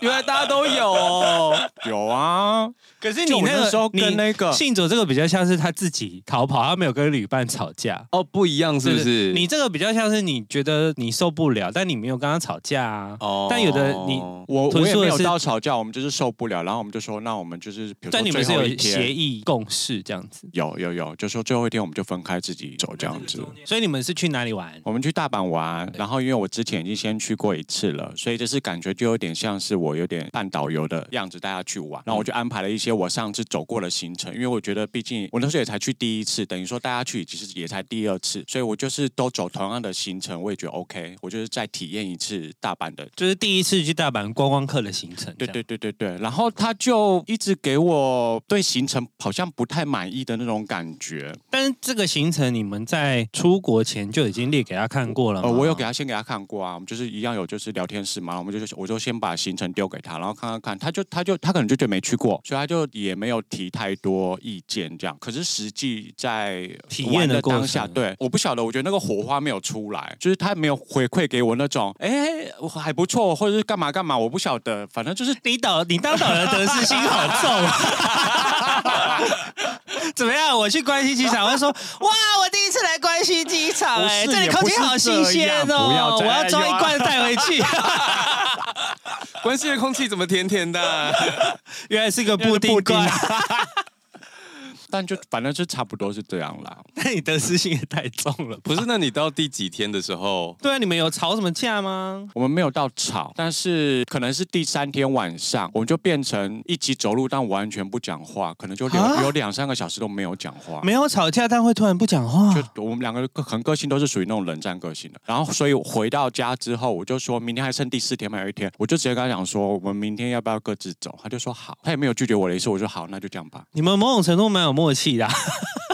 [SPEAKER 1] 原来大家都有哦。
[SPEAKER 2] 有啊，
[SPEAKER 3] 可是
[SPEAKER 2] 就我
[SPEAKER 3] 你那个
[SPEAKER 2] 时候跟那
[SPEAKER 3] 你
[SPEAKER 2] 个
[SPEAKER 3] 信者这个比较像是他自己逃跑，他没有跟旅伴吵架。
[SPEAKER 1] 哦，不一样是不是？
[SPEAKER 3] 你这个比较像是你觉得你受不了，但你没有跟他吵架啊。
[SPEAKER 1] 哦
[SPEAKER 3] 但有的你
[SPEAKER 2] 我
[SPEAKER 3] 豚
[SPEAKER 2] 我也
[SPEAKER 3] 叔的
[SPEAKER 2] 没有
[SPEAKER 3] 是
[SPEAKER 2] 到吵架，我们就是受不了，然后我们就说，那我们就是比如
[SPEAKER 3] 但你
[SPEAKER 2] 说
[SPEAKER 3] 们
[SPEAKER 2] 最
[SPEAKER 3] 是
[SPEAKER 2] 后一
[SPEAKER 3] 有协
[SPEAKER 2] 天，
[SPEAKER 3] 议共识这样子，
[SPEAKER 2] 有有有，就说最后一天我们就分开自己走这样子。
[SPEAKER 3] 所以你们是去哪里玩？
[SPEAKER 2] 我们去大阪玩，然后因为我之前已经先去过一次了，所以就是感觉就有点像是我有点半导游的样子，带他去玩。然后我就安排了一些些我上次走过的行程，因为我觉得毕竟我那时候也才去第一次，等于说大家去其实也才第二次，所以我就是都走同样的行程，我也觉得 OK，我就是再体验一次大阪的
[SPEAKER 3] 就是第一次去大阪观光客的行程。
[SPEAKER 2] 对
[SPEAKER 3] 这样
[SPEAKER 2] 对对对对，然后他就一直给我对行程好像不太满意的那种感觉。
[SPEAKER 3] 但是这个行程你们在出国前就已经列给他看过了吗？
[SPEAKER 2] 呃，我有给他先给他看过啊，我们就是一样有就是聊天室嘛，我们就是我就先把行程丢给他，然后看看看，他就他就他可能就觉得没去过，所以他就也没有提太多意见这样。可是实际在
[SPEAKER 3] 体
[SPEAKER 2] 玩
[SPEAKER 3] 验的过
[SPEAKER 2] 当下，
[SPEAKER 3] 程
[SPEAKER 2] 对，我不晓得，我觉得那个火花没有出来，就是他没有回馈给我那种，哎，我还不错，或者是干嘛干嘛，我不晓得，反正就是
[SPEAKER 3] 你导你当导游得失心好重啊。 怎么样？我去关西机场，我就说哇，我第一次来关西机场、
[SPEAKER 2] 不是
[SPEAKER 3] 哎，这里
[SPEAKER 2] 也
[SPEAKER 3] 空
[SPEAKER 2] 不
[SPEAKER 3] 气
[SPEAKER 2] 是
[SPEAKER 3] 好新
[SPEAKER 2] 这
[SPEAKER 3] 鲜
[SPEAKER 2] 样
[SPEAKER 3] 哦，
[SPEAKER 2] 不要
[SPEAKER 3] 我
[SPEAKER 2] 再
[SPEAKER 3] 要
[SPEAKER 2] 哎
[SPEAKER 3] 装
[SPEAKER 2] 呦
[SPEAKER 3] 一
[SPEAKER 2] 啊
[SPEAKER 3] 罐带回去。
[SPEAKER 1] 关系的空气怎么甜甜的？
[SPEAKER 3] 原来是个布丁啊罐，
[SPEAKER 2] 但就反正就差不多是这样啦。
[SPEAKER 3] 那你得失心也太重了。
[SPEAKER 1] 不是，那你到第几天的时候，
[SPEAKER 3] 对啊，你们有吵什么架吗？
[SPEAKER 2] 我们没有到吵，但是可能是第三天晚上，我们就变成一起走路，但完全不讲话，可能就有
[SPEAKER 3] 啊
[SPEAKER 2] 有两三个小时都没有讲话。
[SPEAKER 3] 没有吵架，但会突然不讲话。
[SPEAKER 2] 就我们两个个可能个性都是属于那种冷战个性的，然后所以我回到家之后，我就说明天还剩第四天嘛，还有一天，我就直接跟他讲说，我们明天要不要各自走？他就说好，他也没有拒绝我的意思，我说好，那就这样吧。
[SPEAKER 3] 你们某种程度蛮有默契的啊、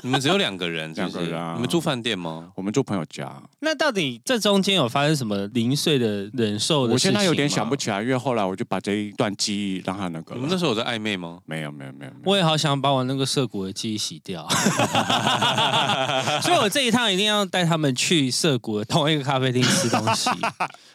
[SPEAKER 1] 你们只有两个 人，是不是
[SPEAKER 2] 两个人啊
[SPEAKER 1] 你们住饭店吗？
[SPEAKER 2] 我们住朋友家，
[SPEAKER 3] 那到底这中间有发生什么零碎的忍受的
[SPEAKER 2] 我现在有点
[SPEAKER 3] 哦事情吗
[SPEAKER 2] 想不起来，因为后来我就把这一段记忆让他那个
[SPEAKER 1] 你们那时候有在暧昧吗？
[SPEAKER 2] 没有没有没有，没有
[SPEAKER 3] 我也好想把我那个涩谷的记忆洗 掉，所以我这一趟一定要带他们去涩谷的同一个咖啡厅吃东 西，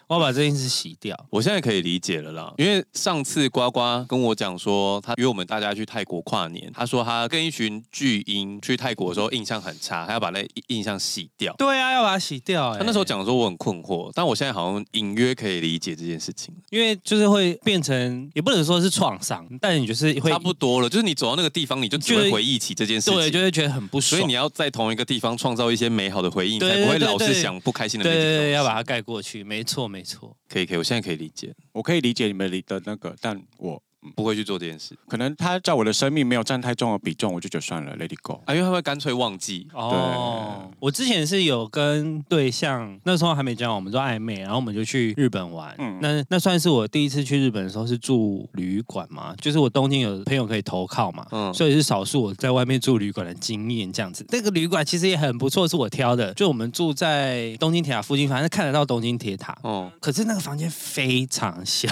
[SPEAKER 3] 我要把这件事洗掉。
[SPEAKER 1] 我现在可以理解了啦，因为上次呱呱跟我讲说，他约我们大家去泰国跨年，他说他跟一群巨婴去泰国的时候印象很差，他要把那印象洗掉。
[SPEAKER 3] 对啊，要把它洗掉、欸。
[SPEAKER 1] 他那时候，讲说我很困惑，但我现在好像隐约可以理解这件事情，
[SPEAKER 3] 因为就是会变成，也不能说是创伤，但你就是会
[SPEAKER 1] 差不多了。就是你走到那个地方，你就只
[SPEAKER 3] 就
[SPEAKER 1] 会
[SPEAKER 3] 是
[SPEAKER 1] 回忆起这件事
[SPEAKER 3] 对，就
[SPEAKER 1] 情。
[SPEAKER 3] 会觉得很不
[SPEAKER 1] 所
[SPEAKER 3] 爽。
[SPEAKER 1] 以你要在同一个地方创造一些美好的回忆，你
[SPEAKER 3] 对
[SPEAKER 1] 才不会
[SPEAKER 3] 对对
[SPEAKER 1] 老
[SPEAKER 3] 对
[SPEAKER 1] 是想不开心的
[SPEAKER 3] 对
[SPEAKER 1] 那
[SPEAKER 3] 对
[SPEAKER 1] 些东西。
[SPEAKER 3] 对，要把它嗯盖过去。没错，没错。
[SPEAKER 1] 可以可以，我现在可以理解，
[SPEAKER 2] 我可以理解你们的那个，但我
[SPEAKER 1] 不会去做这件事
[SPEAKER 2] 可能他在我的生命没有占太重的比重，我就觉得算了，Let it go。
[SPEAKER 1] 啊，因为他会干脆忘记。
[SPEAKER 3] 哦，我之前是有跟对象，那时候还没交往，我们都暧昧，然后我们就去日本玩。
[SPEAKER 2] 嗯
[SPEAKER 3] 那那算是我第一次去日本的时候是住旅馆嘛，就是我东京有朋友可以投靠嘛，
[SPEAKER 1] 嗯
[SPEAKER 3] 所以是少数我在外面住旅馆的经验这样子。那个旅馆其实也很不错，是我挑的，就我们住在东京铁塔附近，反正看得到东京铁塔。
[SPEAKER 1] 哦，
[SPEAKER 3] 可是那个房间非 常小，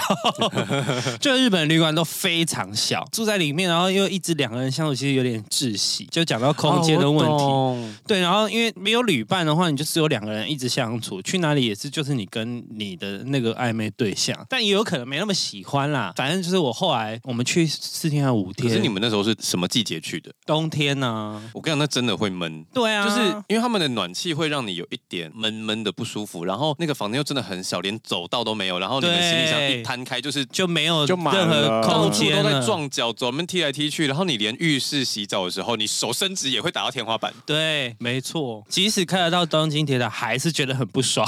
[SPEAKER 3] 就日本旅馆都非常小，住在里面，然后又一直两个人相处，其实有点窒息。就讲到空间的问
[SPEAKER 1] 哦啊
[SPEAKER 3] 题，
[SPEAKER 1] 题。
[SPEAKER 3] 对，然后因为没有旅伴的话，你就只有两个人一直相处，去哪里也是就是你跟你的那个暧昧对象，但也有可能没那么喜欢啦。反正就是我后来我们去四天还是五
[SPEAKER 1] 可
[SPEAKER 3] 天，
[SPEAKER 1] 是你们那时候是什么季节去的？
[SPEAKER 3] 冬天啊呢、
[SPEAKER 1] 我跟你讲，那真的会闷。
[SPEAKER 3] 对啊，
[SPEAKER 1] 就是因为他们的暖气会让你有一点闷闷的不舒服，然后那个房间又真的很小，连走道都没有，然后你们
[SPEAKER 3] 对
[SPEAKER 1] 行李箱一摊开就是
[SPEAKER 3] 就没有
[SPEAKER 2] 就满
[SPEAKER 3] 任何
[SPEAKER 2] 了
[SPEAKER 1] 到
[SPEAKER 3] 空
[SPEAKER 1] 处
[SPEAKER 3] 间
[SPEAKER 1] 都在
[SPEAKER 3] 了。
[SPEAKER 1] 撞脚，走门踢来踢去，然后你连浴室洗澡的时候，你手伸直也会打到天花板。
[SPEAKER 3] 对，没错，即使看得到东京铁塔，还是觉得很不爽，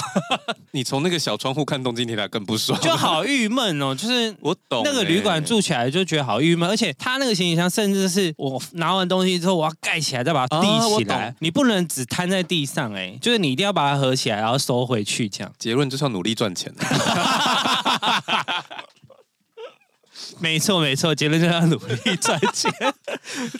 [SPEAKER 1] 你从那个小窗户看东京铁塔更不爽，
[SPEAKER 3] 就好郁闷哦。就是
[SPEAKER 1] 我懂、
[SPEAKER 3] 那个旅馆
[SPEAKER 1] 欸
[SPEAKER 3] 住起来就觉得好郁闷，而且他那个行李箱甚至是我拿完东西之后，我要盖起来再把它
[SPEAKER 1] 啊
[SPEAKER 3] 递
[SPEAKER 1] 我
[SPEAKER 3] 起来，
[SPEAKER 1] 懂
[SPEAKER 3] 你不能只摊在地上、哎，就是你一定要把它合起来，然后收回去这样。
[SPEAKER 1] 结论就是要努力赚钱。啊
[SPEAKER 3] 没错没错，结论就是要努力赚钱。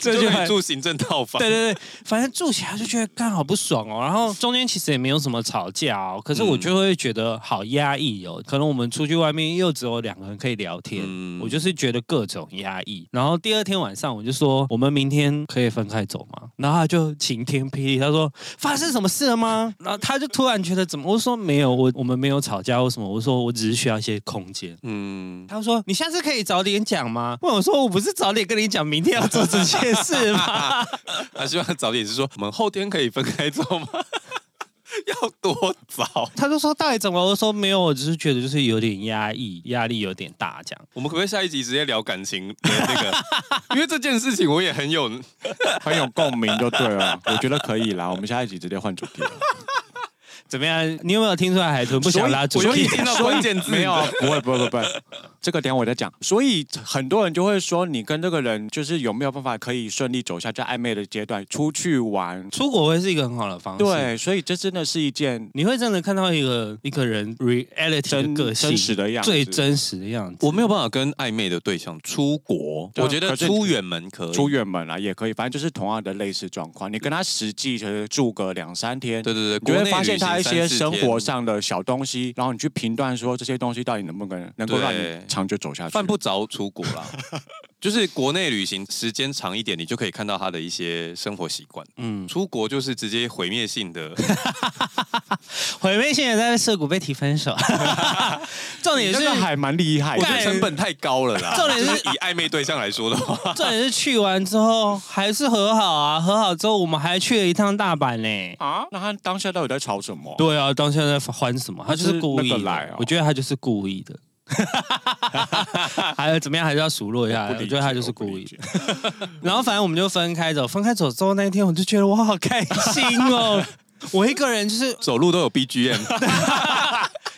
[SPEAKER 3] 这句
[SPEAKER 1] 就
[SPEAKER 3] 话
[SPEAKER 1] 你住行政套房，
[SPEAKER 3] 对对对，反正住起来就觉得干好不爽哦。然后中间其实也没有什么吵架哦，可是
[SPEAKER 1] 嗯
[SPEAKER 3] 我就会觉得好压抑哦。可能我们出去外面又只有两个人可以聊天，
[SPEAKER 1] 嗯
[SPEAKER 3] 我就是觉得各种压抑。然后第二天晚上我就说，我们明天可以分开走吗？然后他就晴天霹雳，他说发生什么事了吗？然后他就突然觉得怎么？我说没有，我我们没有吵架或什么。我说我只是需要一些空间。
[SPEAKER 1] 嗯，
[SPEAKER 3] 他说：“你下次可以早点讲吗？”问我说：“我不是早点跟你讲明天要做这件事吗？”
[SPEAKER 1] 他啊希望早点是说我们后天可以分开走吗？ 要多早？
[SPEAKER 3] 他就说到底怎么了？我说没有，我只是觉得就是有点压抑，压力有点大这样。
[SPEAKER 1] 我们可不可以下一集直接聊感情的那 个？因为这件事情我也很有，
[SPEAKER 2] 很有共鸣就对了，我觉得可以啦。我们下一集直接换主题了。
[SPEAKER 3] 怎么样？你有没有听出来海豚不想拉主
[SPEAKER 1] 所
[SPEAKER 3] 题
[SPEAKER 1] 以？听到关键字
[SPEAKER 2] 没有，不会，不会，不会，这个等一下我再讲。所以很多人就会说，你跟这个人就是有没有办法可以顺利走下这暧昧的阶段，出去玩。
[SPEAKER 3] 出国会是一个很好的方式。，
[SPEAKER 2] 对，所以这真的是一件
[SPEAKER 3] 你会真的看到一个一个人 reality
[SPEAKER 2] 真
[SPEAKER 3] 的个性
[SPEAKER 2] 真实的样子，
[SPEAKER 3] 最真实的样子。
[SPEAKER 1] 我没有办法跟暧昧的对象出国，
[SPEAKER 2] 对啊
[SPEAKER 1] 我觉得
[SPEAKER 2] 可是
[SPEAKER 1] 出远门可以。
[SPEAKER 2] 出远门啊也可以，反正就是同样的类似状况。你跟他实际就是住个两三天，
[SPEAKER 1] 对对对，
[SPEAKER 2] 你就
[SPEAKER 1] 国
[SPEAKER 2] 会
[SPEAKER 1] 内
[SPEAKER 2] 发现
[SPEAKER 1] 旅行
[SPEAKER 2] 他一些
[SPEAKER 1] 三四
[SPEAKER 2] 生
[SPEAKER 1] 天
[SPEAKER 2] 活上的小东西，然后你去评断说这些东西到底能不能能够让
[SPEAKER 1] 对
[SPEAKER 2] 你长久走下去。
[SPEAKER 1] 犯不着出国啦。 就是国内旅行时间长一点，你就可以看到他的一些生活习惯。
[SPEAKER 3] 嗯，
[SPEAKER 1] 出国就是直接毁灭性的，
[SPEAKER 3] 毁灭性的在涩谷被提分手， 重
[SPEAKER 2] 你
[SPEAKER 3] 点
[SPEAKER 2] 那
[SPEAKER 3] 是
[SPEAKER 2] 个还蛮厉害
[SPEAKER 1] 我
[SPEAKER 2] 的
[SPEAKER 1] 觉。得成本太高了 啦。
[SPEAKER 3] 重点是
[SPEAKER 1] 就以暧昧对象来说的话，
[SPEAKER 3] 重点是去完之后还是和好啊，和好之后我们还去了一趟大阪呢。
[SPEAKER 2] 啊，那他当下到底在吵什么？
[SPEAKER 3] 对啊，当下在欢什么？他就是故意
[SPEAKER 2] 那
[SPEAKER 3] 的。
[SPEAKER 2] 个来哦
[SPEAKER 3] 我觉得他就是故意的。还有怎么样？还是要数落一下。
[SPEAKER 2] 不
[SPEAKER 3] 我
[SPEAKER 2] 理解
[SPEAKER 3] 觉得他就是
[SPEAKER 2] 我不
[SPEAKER 3] 故
[SPEAKER 2] 理
[SPEAKER 3] 意。
[SPEAKER 2] 解
[SPEAKER 3] 然后反正我们就分开走，分开走之后那一天，我就觉得我好开心哦。我一个人就是
[SPEAKER 1] 走路都有 BGM，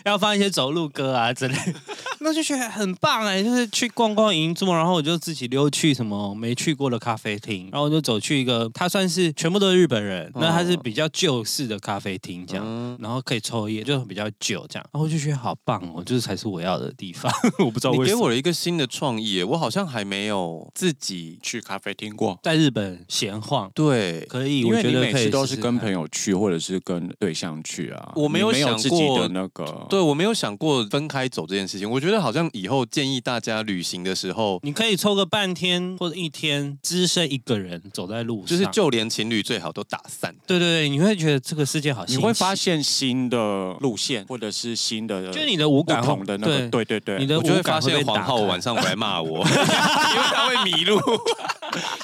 [SPEAKER 3] 要放一些走路歌啊之类的， 那就觉得很棒哎、就是去逛逛银座，然后我就自己溜去什么没去过的咖啡厅，然后我就走去一个，它算是全部都是日本人，那它是比较旧式的咖啡厅这样。
[SPEAKER 1] 嗯
[SPEAKER 3] 然后可以抽烟，就比较久这样，然后我就觉得好棒哦，就是才是我要的地方。 我不知道
[SPEAKER 1] 你
[SPEAKER 3] 为
[SPEAKER 1] 给
[SPEAKER 3] 什么
[SPEAKER 1] 我了一个新的创意耶，我好像还没有自己
[SPEAKER 2] 去咖啡厅 过，
[SPEAKER 3] 在日本闲晃
[SPEAKER 1] 对。
[SPEAKER 3] 可以，
[SPEAKER 2] 因
[SPEAKER 3] 我
[SPEAKER 2] 为
[SPEAKER 3] 觉
[SPEAKER 2] 你
[SPEAKER 3] 得
[SPEAKER 2] 每
[SPEAKER 3] 可以
[SPEAKER 2] 次都是
[SPEAKER 3] 试试
[SPEAKER 2] 跟
[SPEAKER 3] 看
[SPEAKER 2] 朋友去，或者是跟对象去啊。
[SPEAKER 1] 我没有
[SPEAKER 2] 你没有
[SPEAKER 1] 想
[SPEAKER 2] 自己
[SPEAKER 1] 过
[SPEAKER 2] 的那个，
[SPEAKER 1] 对，我没有想过分开走这件事情。我觉得好像以后建议大家旅行的时候，
[SPEAKER 3] 你可以抽个半天或者一天，只身一个人走在路上，
[SPEAKER 1] 就是就连情侣最好都打散。
[SPEAKER 3] 对对对，你会觉得这个世界好
[SPEAKER 2] 你
[SPEAKER 3] 新奇，
[SPEAKER 2] 会发现新的路线，或者是新的，
[SPEAKER 3] 就是呃你的五
[SPEAKER 2] 不
[SPEAKER 3] 感会哦
[SPEAKER 2] 同的那个，对对对，
[SPEAKER 3] 你的
[SPEAKER 1] 我就会
[SPEAKER 3] 五
[SPEAKER 1] 发
[SPEAKER 3] 感会被
[SPEAKER 1] 现黄
[SPEAKER 3] 打
[SPEAKER 1] 浩
[SPEAKER 3] 开。
[SPEAKER 1] 晚上回来骂我， 因为他会迷路。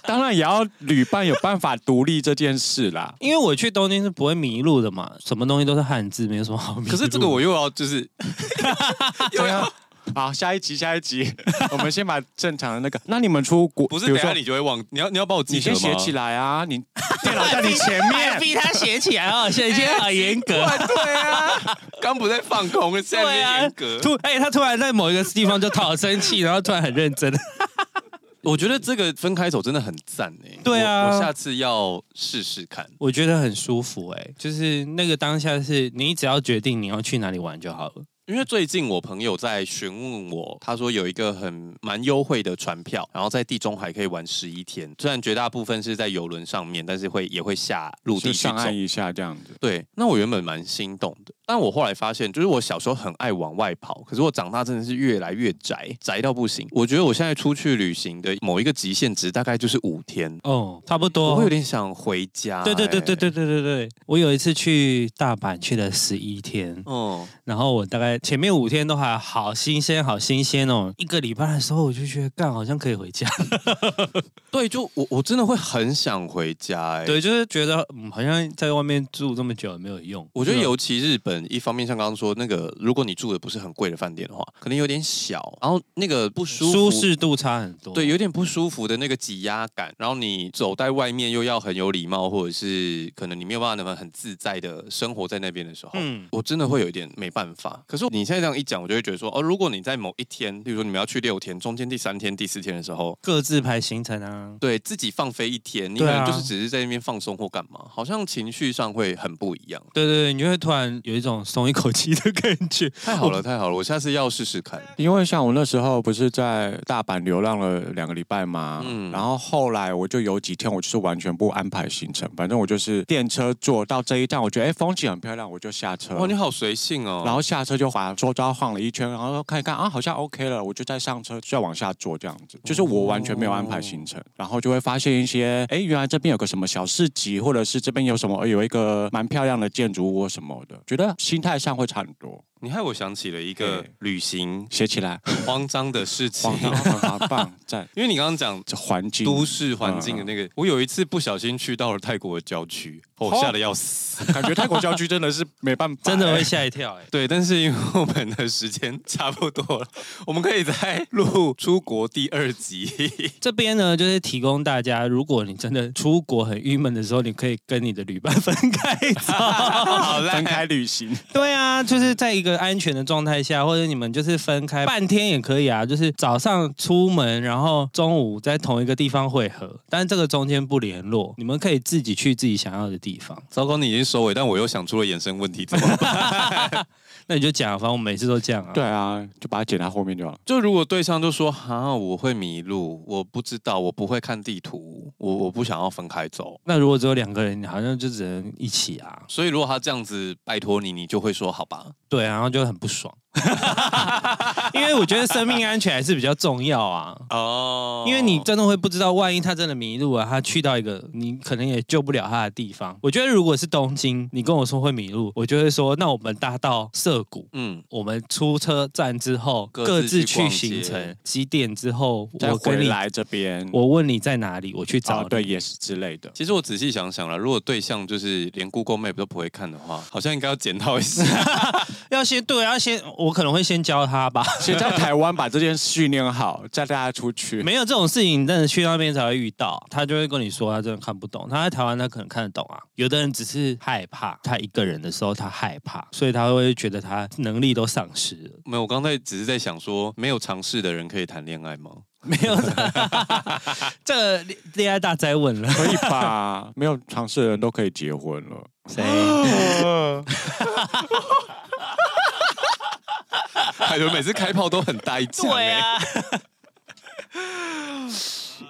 [SPEAKER 2] 当然也要旅伴有办法独立这件事啦
[SPEAKER 3] 因为我去东京是不会迷路的嘛，什么东西都是汉字，没有什么好迷路。
[SPEAKER 1] 可是这个我又要就是， 又要
[SPEAKER 2] 啊好，下一集，下一集， 我们先把正常的那个。那你们出国，
[SPEAKER 1] 不是
[SPEAKER 2] 比
[SPEAKER 1] 等
[SPEAKER 2] 如
[SPEAKER 1] 一下
[SPEAKER 2] 说
[SPEAKER 1] 你就会忘，你要你要把我记
[SPEAKER 2] 你
[SPEAKER 1] 得
[SPEAKER 2] 先
[SPEAKER 1] 吗？
[SPEAKER 2] 写起 来啊，你电脑在你前面。
[SPEAKER 3] 逼他写起来哦，现在现在好严格。
[SPEAKER 1] 哇对啊，刚不在放空，现在
[SPEAKER 3] 对
[SPEAKER 1] 在
[SPEAKER 3] 啊
[SPEAKER 1] 严，格。
[SPEAKER 3] 突哎、他突然在某一个地方就讨生气，然后突然很认真。
[SPEAKER 1] 我觉得这个分开走真的很赞哎、
[SPEAKER 3] 对啊
[SPEAKER 1] 我我下次要试试看。
[SPEAKER 3] 我觉得很舒服哎、就是那个当下是你只要决定你要去哪里玩就好了。
[SPEAKER 1] 因为最近我朋友在询问我，他说有一个很蛮优惠的船票，然后在地中海可以玩十一天，虽然绝大部分是在游轮上面，但是会也会下陆地
[SPEAKER 2] 就
[SPEAKER 1] 去走
[SPEAKER 2] 上。岸一下这样子，
[SPEAKER 1] 对，那我原本蛮心动的，但我后来发现，就是我小时候很爱往外跑，可是我长大真的是越来越宅，宅到不行。我觉得我现在出去旅行的某一个极限值大概就是五天，
[SPEAKER 3] 哦，差不
[SPEAKER 1] 我
[SPEAKER 3] 多
[SPEAKER 1] 会有。点想回家、欸
[SPEAKER 3] 对对对对对，对对对，我有一次去大阪去了十一天，
[SPEAKER 1] 嗯，
[SPEAKER 3] 然后我大概前面五天都还好新鲜，好新鲜哦。一个礼拜的时候，我就觉得干好像可以回家，
[SPEAKER 1] 对，就我我真的会很想回家、哎，
[SPEAKER 3] 对，就是觉得嗯，好像在外面住这么久也没有用。
[SPEAKER 1] 我觉得尤其日本，一方面像刚刚说那个，如果你住的不是很贵的饭店的话，可能有点小，然后那个不舒服
[SPEAKER 3] 舒适度差很多，
[SPEAKER 1] 对，有点不舒服的那个挤压感，然后你走在外面又要很有礼貌，或者是可能你没有办法那么很自在的生活在那边的时候，
[SPEAKER 3] 嗯
[SPEAKER 1] 我真的会有一点没办法。可是你现在这样一讲，我就会觉得说，哦，如果你在某一天，比如说你们要去六天，中间第三天、第四天的时候。
[SPEAKER 3] 各自排行程啊。
[SPEAKER 1] 对自己放飞一天，你可
[SPEAKER 3] 对啊
[SPEAKER 1] 能就是只是在那边放松或干嘛，好像情绪上会很不一样。
[SPEAKER 3] 对对对，你就会突然有一种松一口气的感觉。
[SPEAKER 1] 太好了，太好了，我下次要试试看。
[SPEAKER 2] 因为像我那时候不是在大阪流浪了两个礼拜嘛，
[SPEAKER 1] 嗯
[SPEAKER 2] 然后后来我就有几天我就是完全不安排行程，反正我就是电车坐到这一站，我觉得哎风景很漂亮，我就下车。
[SPEAKER 1] 哇，你好随性哦。
[SPEAKER 2] 嗯然后下车就把周遭晃了一圈，然后看一看啊，好像 OK 了，我就再上车再往下坐这样
[SPEAKER 3] 哦
[SPEAKER 2] 子。就是我完全没有安排行程，然后就会发现一些，哎，原来这边有个什么小市集，或者是这边有什么有一个蛮漂亮的建筑物或什么的，觉得心态上会差很多。
[SPEAKER 1] 你害我想起了一个
[SPEAKER 2] 嘿
[SPEAKER 1] 旅行
[SPEAKER 2] 写起 来，
[SPEAKER 1] 慌张的事情
[SPEAKER 2] 黄，汤很棒，赞。
[SPEAKER 1] 因为你刚刚讲
[SPEAKER 2] 这环境
[SPEAKER 1] 都市环境的那个，我有一次不小心去到了泰国的郊区，我、
[SPEAKER 2] 哦
[SPEAKER 1] 吓得要死。
[SPEAKER 2] 感觉泰国郊区真的是没办法，
[SPEAKER 3] 真的会
[SPEAKER 2] 欸
[SPEAKER 3] 吓一跳哎、
[SPEAKER 1] 对，但是因为我们的时间差不多了，我们可以再录出国第二集。
[SPEAKER 3] 这边呢，就是提供大家，如果你真的出国很郁闷的时候，你可以跟你的旅伴分开走。
[SPEAKER 1] 好啦
[SPEAKER 2] 分开旅行。
[SPEAKER 3] 对啊，就是在一个安全的状态下，或者你们就是分开半天也可以啊，就是早上出门，然后中午在同一个地方汇合，但是这个中间不联络，你们可以自己去自己想要的地方。
[SPEAKER 1] 糟糕，你已经收尾，但我又想出了衍生问题，怎么办？
[SPEAKER 3] 那你就讲，反正我们每次都这样啊。
[SPEAKER 2] 对啊，就把它剪到后面就好了。
[SPEAKER 1] 就如果对象就说哈、我会迷路，我不知道，我不会看地图，我我不想要分开走。
[SPEAKER 3] 那如果只有两个人，你好像就只能一起啊。
[SPEAKER 1] 所以如果他这样子拜托你，你就会说好吧。
[SPEAKER 3] 对啊，然后就很不爽，因为我觉得生命安全还是比较重要啊。
[SPEAKER 1] 哦
[SPEAKER 3] 因为你真的会不知道，万一他真的迷路了，他去到一个你可能也救不了他的地方。我觉得如果是东京，你跟我说会迷路，我就会说，那我们搭到涩谷。
[SPEAKER 1] 嗯，
[SPEAKER 3] 我们出车站之后，
[SPEAKER 1] 各
[SPEAKER 3] 各
[SPEAKER 1] 自
[SPEAKER 3] 自
[SPEAKER 1] 去逛
[SPEAKER 3] 去
[SPEAKER 1] 街
[SPEAKER 3] 行程，几点之后
[SPEAKER 2] 再
[SPEAKER 3] 我跟
[SPEAKER 2] 回
[SPEAKER 3] 你，
[SPEAKER 2] 来这边，
[SPEAKER 3] 我问你在哪里，我去找
[SPEAKER 2] 找
[SPEAKER 3] 你。
[SPEAKER 2] 对也是之类的。
[SPEAKER 1] 其实我仔细想想了，如果对象就是连 Google Map 都不会看的话，好像应该要检讨一下。
[SPEAKER 3] 要先对，要先，我可能会先教他吧。
[SPEAKER 2] 先在台湾把这件事训练好，再带他出 去。
[SPEAKER 3] 没有这种事情，你真的去那边才会遇到，他就会跟你说他真的看不懂。他在台湾他可能看得懂啊，有的人只是害怕，他一个人的时候他害怕，所以他会觉得他能力都丧失了。
[SPEAKER 1] 没有，我刚才只是在想说，没有尝试的人可以谈恋爱吗？
[SPEAKER 3] 没有， 这个恋恋爱大灾问了。
[SPEAKER 2] 可以吧？ 没有尝试的人都可以结婚了。
[SPEAKER 3] 谁？
[SPEAKER 1] 海哎伦每次开炮都很大一枪、
[SPEAKER 3] 对
[SPEAKER 1] 欸。
[SPEAKER 3] 啊，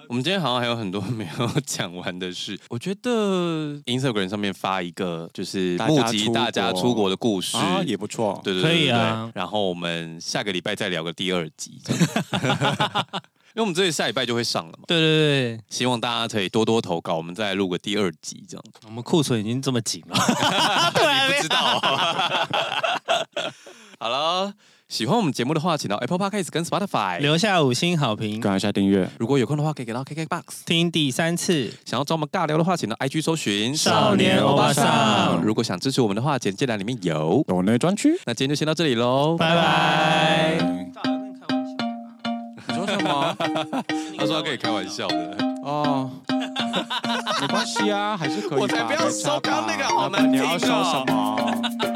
[SPEAKER 1] 我们今天好像还有很多没有讲完的事。我觉得 Instagram 上面发一个就是
[SPEAKER 2] 大家
[SPEAKER 1] 募集
[SPEAKER 2] 出
[SPEAKER 1] 大家
[SPEAKER 2] 国
[SPEAKER 1] 出国的故事，
[SPEAKER 2] 啊，也不错。
[SPEAKER 1] 对对对
[SPEAKER 3] 可以
[SPEAKER 1] 对
[SPEAKER 3] 啊
[SPEAKER 1] 对然后我们下个礼拜再聊个第二集，这 样因为我们这里下礼拜就会上了嘛。
[SPEAKER 3] 对对对，
[SPEAKER 1] 希望大家可以多多投稿，我们再录个第二集这样。
[SPEAKER 3] 我们库存已经这么紧了，对啊
[SPEAKER 1] 不知 道、好了，喜欢我们节目的话，请到 Apple Podcast 跟 Spotify。
[SPEAKER 3] 留下五星好评，
[SPEAKER 2] 赶快下订阅。
[SPEAKER 1] 如果有空的话，可以给到 KKBox。
[SPEAKER 3] 听第三次。
[SPEAKER 1] 想要找我们尬聊的话，请到 IG 搜寻
[SPEAKER 3] 少年欧巴桑
[SPEAKER 1] 如果想支持我们的话，简介栏里面有。
[SPEAKER 2] 抖内专区。
[SPEAKER 1] 那今天就先到这里喽，
[SPEAKER 3] 拜拜
[SPEAKER 2] 嗯你说什么？
[SPEAKER 1] 他说他可以开玩笑的。
[SPEAKER 2] 哦， 没关系啊，还是可以吧。
[SPEAKER 1] 我才不要
[SPEAKER 2] 没差吧
[SPEAKER 1] 收刚那个好
[SPEAKER 2] 那
[SPEAKER 1] 难
[SPEAKER 2] 你
[SPEAKER 1] 听哦
[SPEAKER 2] 要收什么？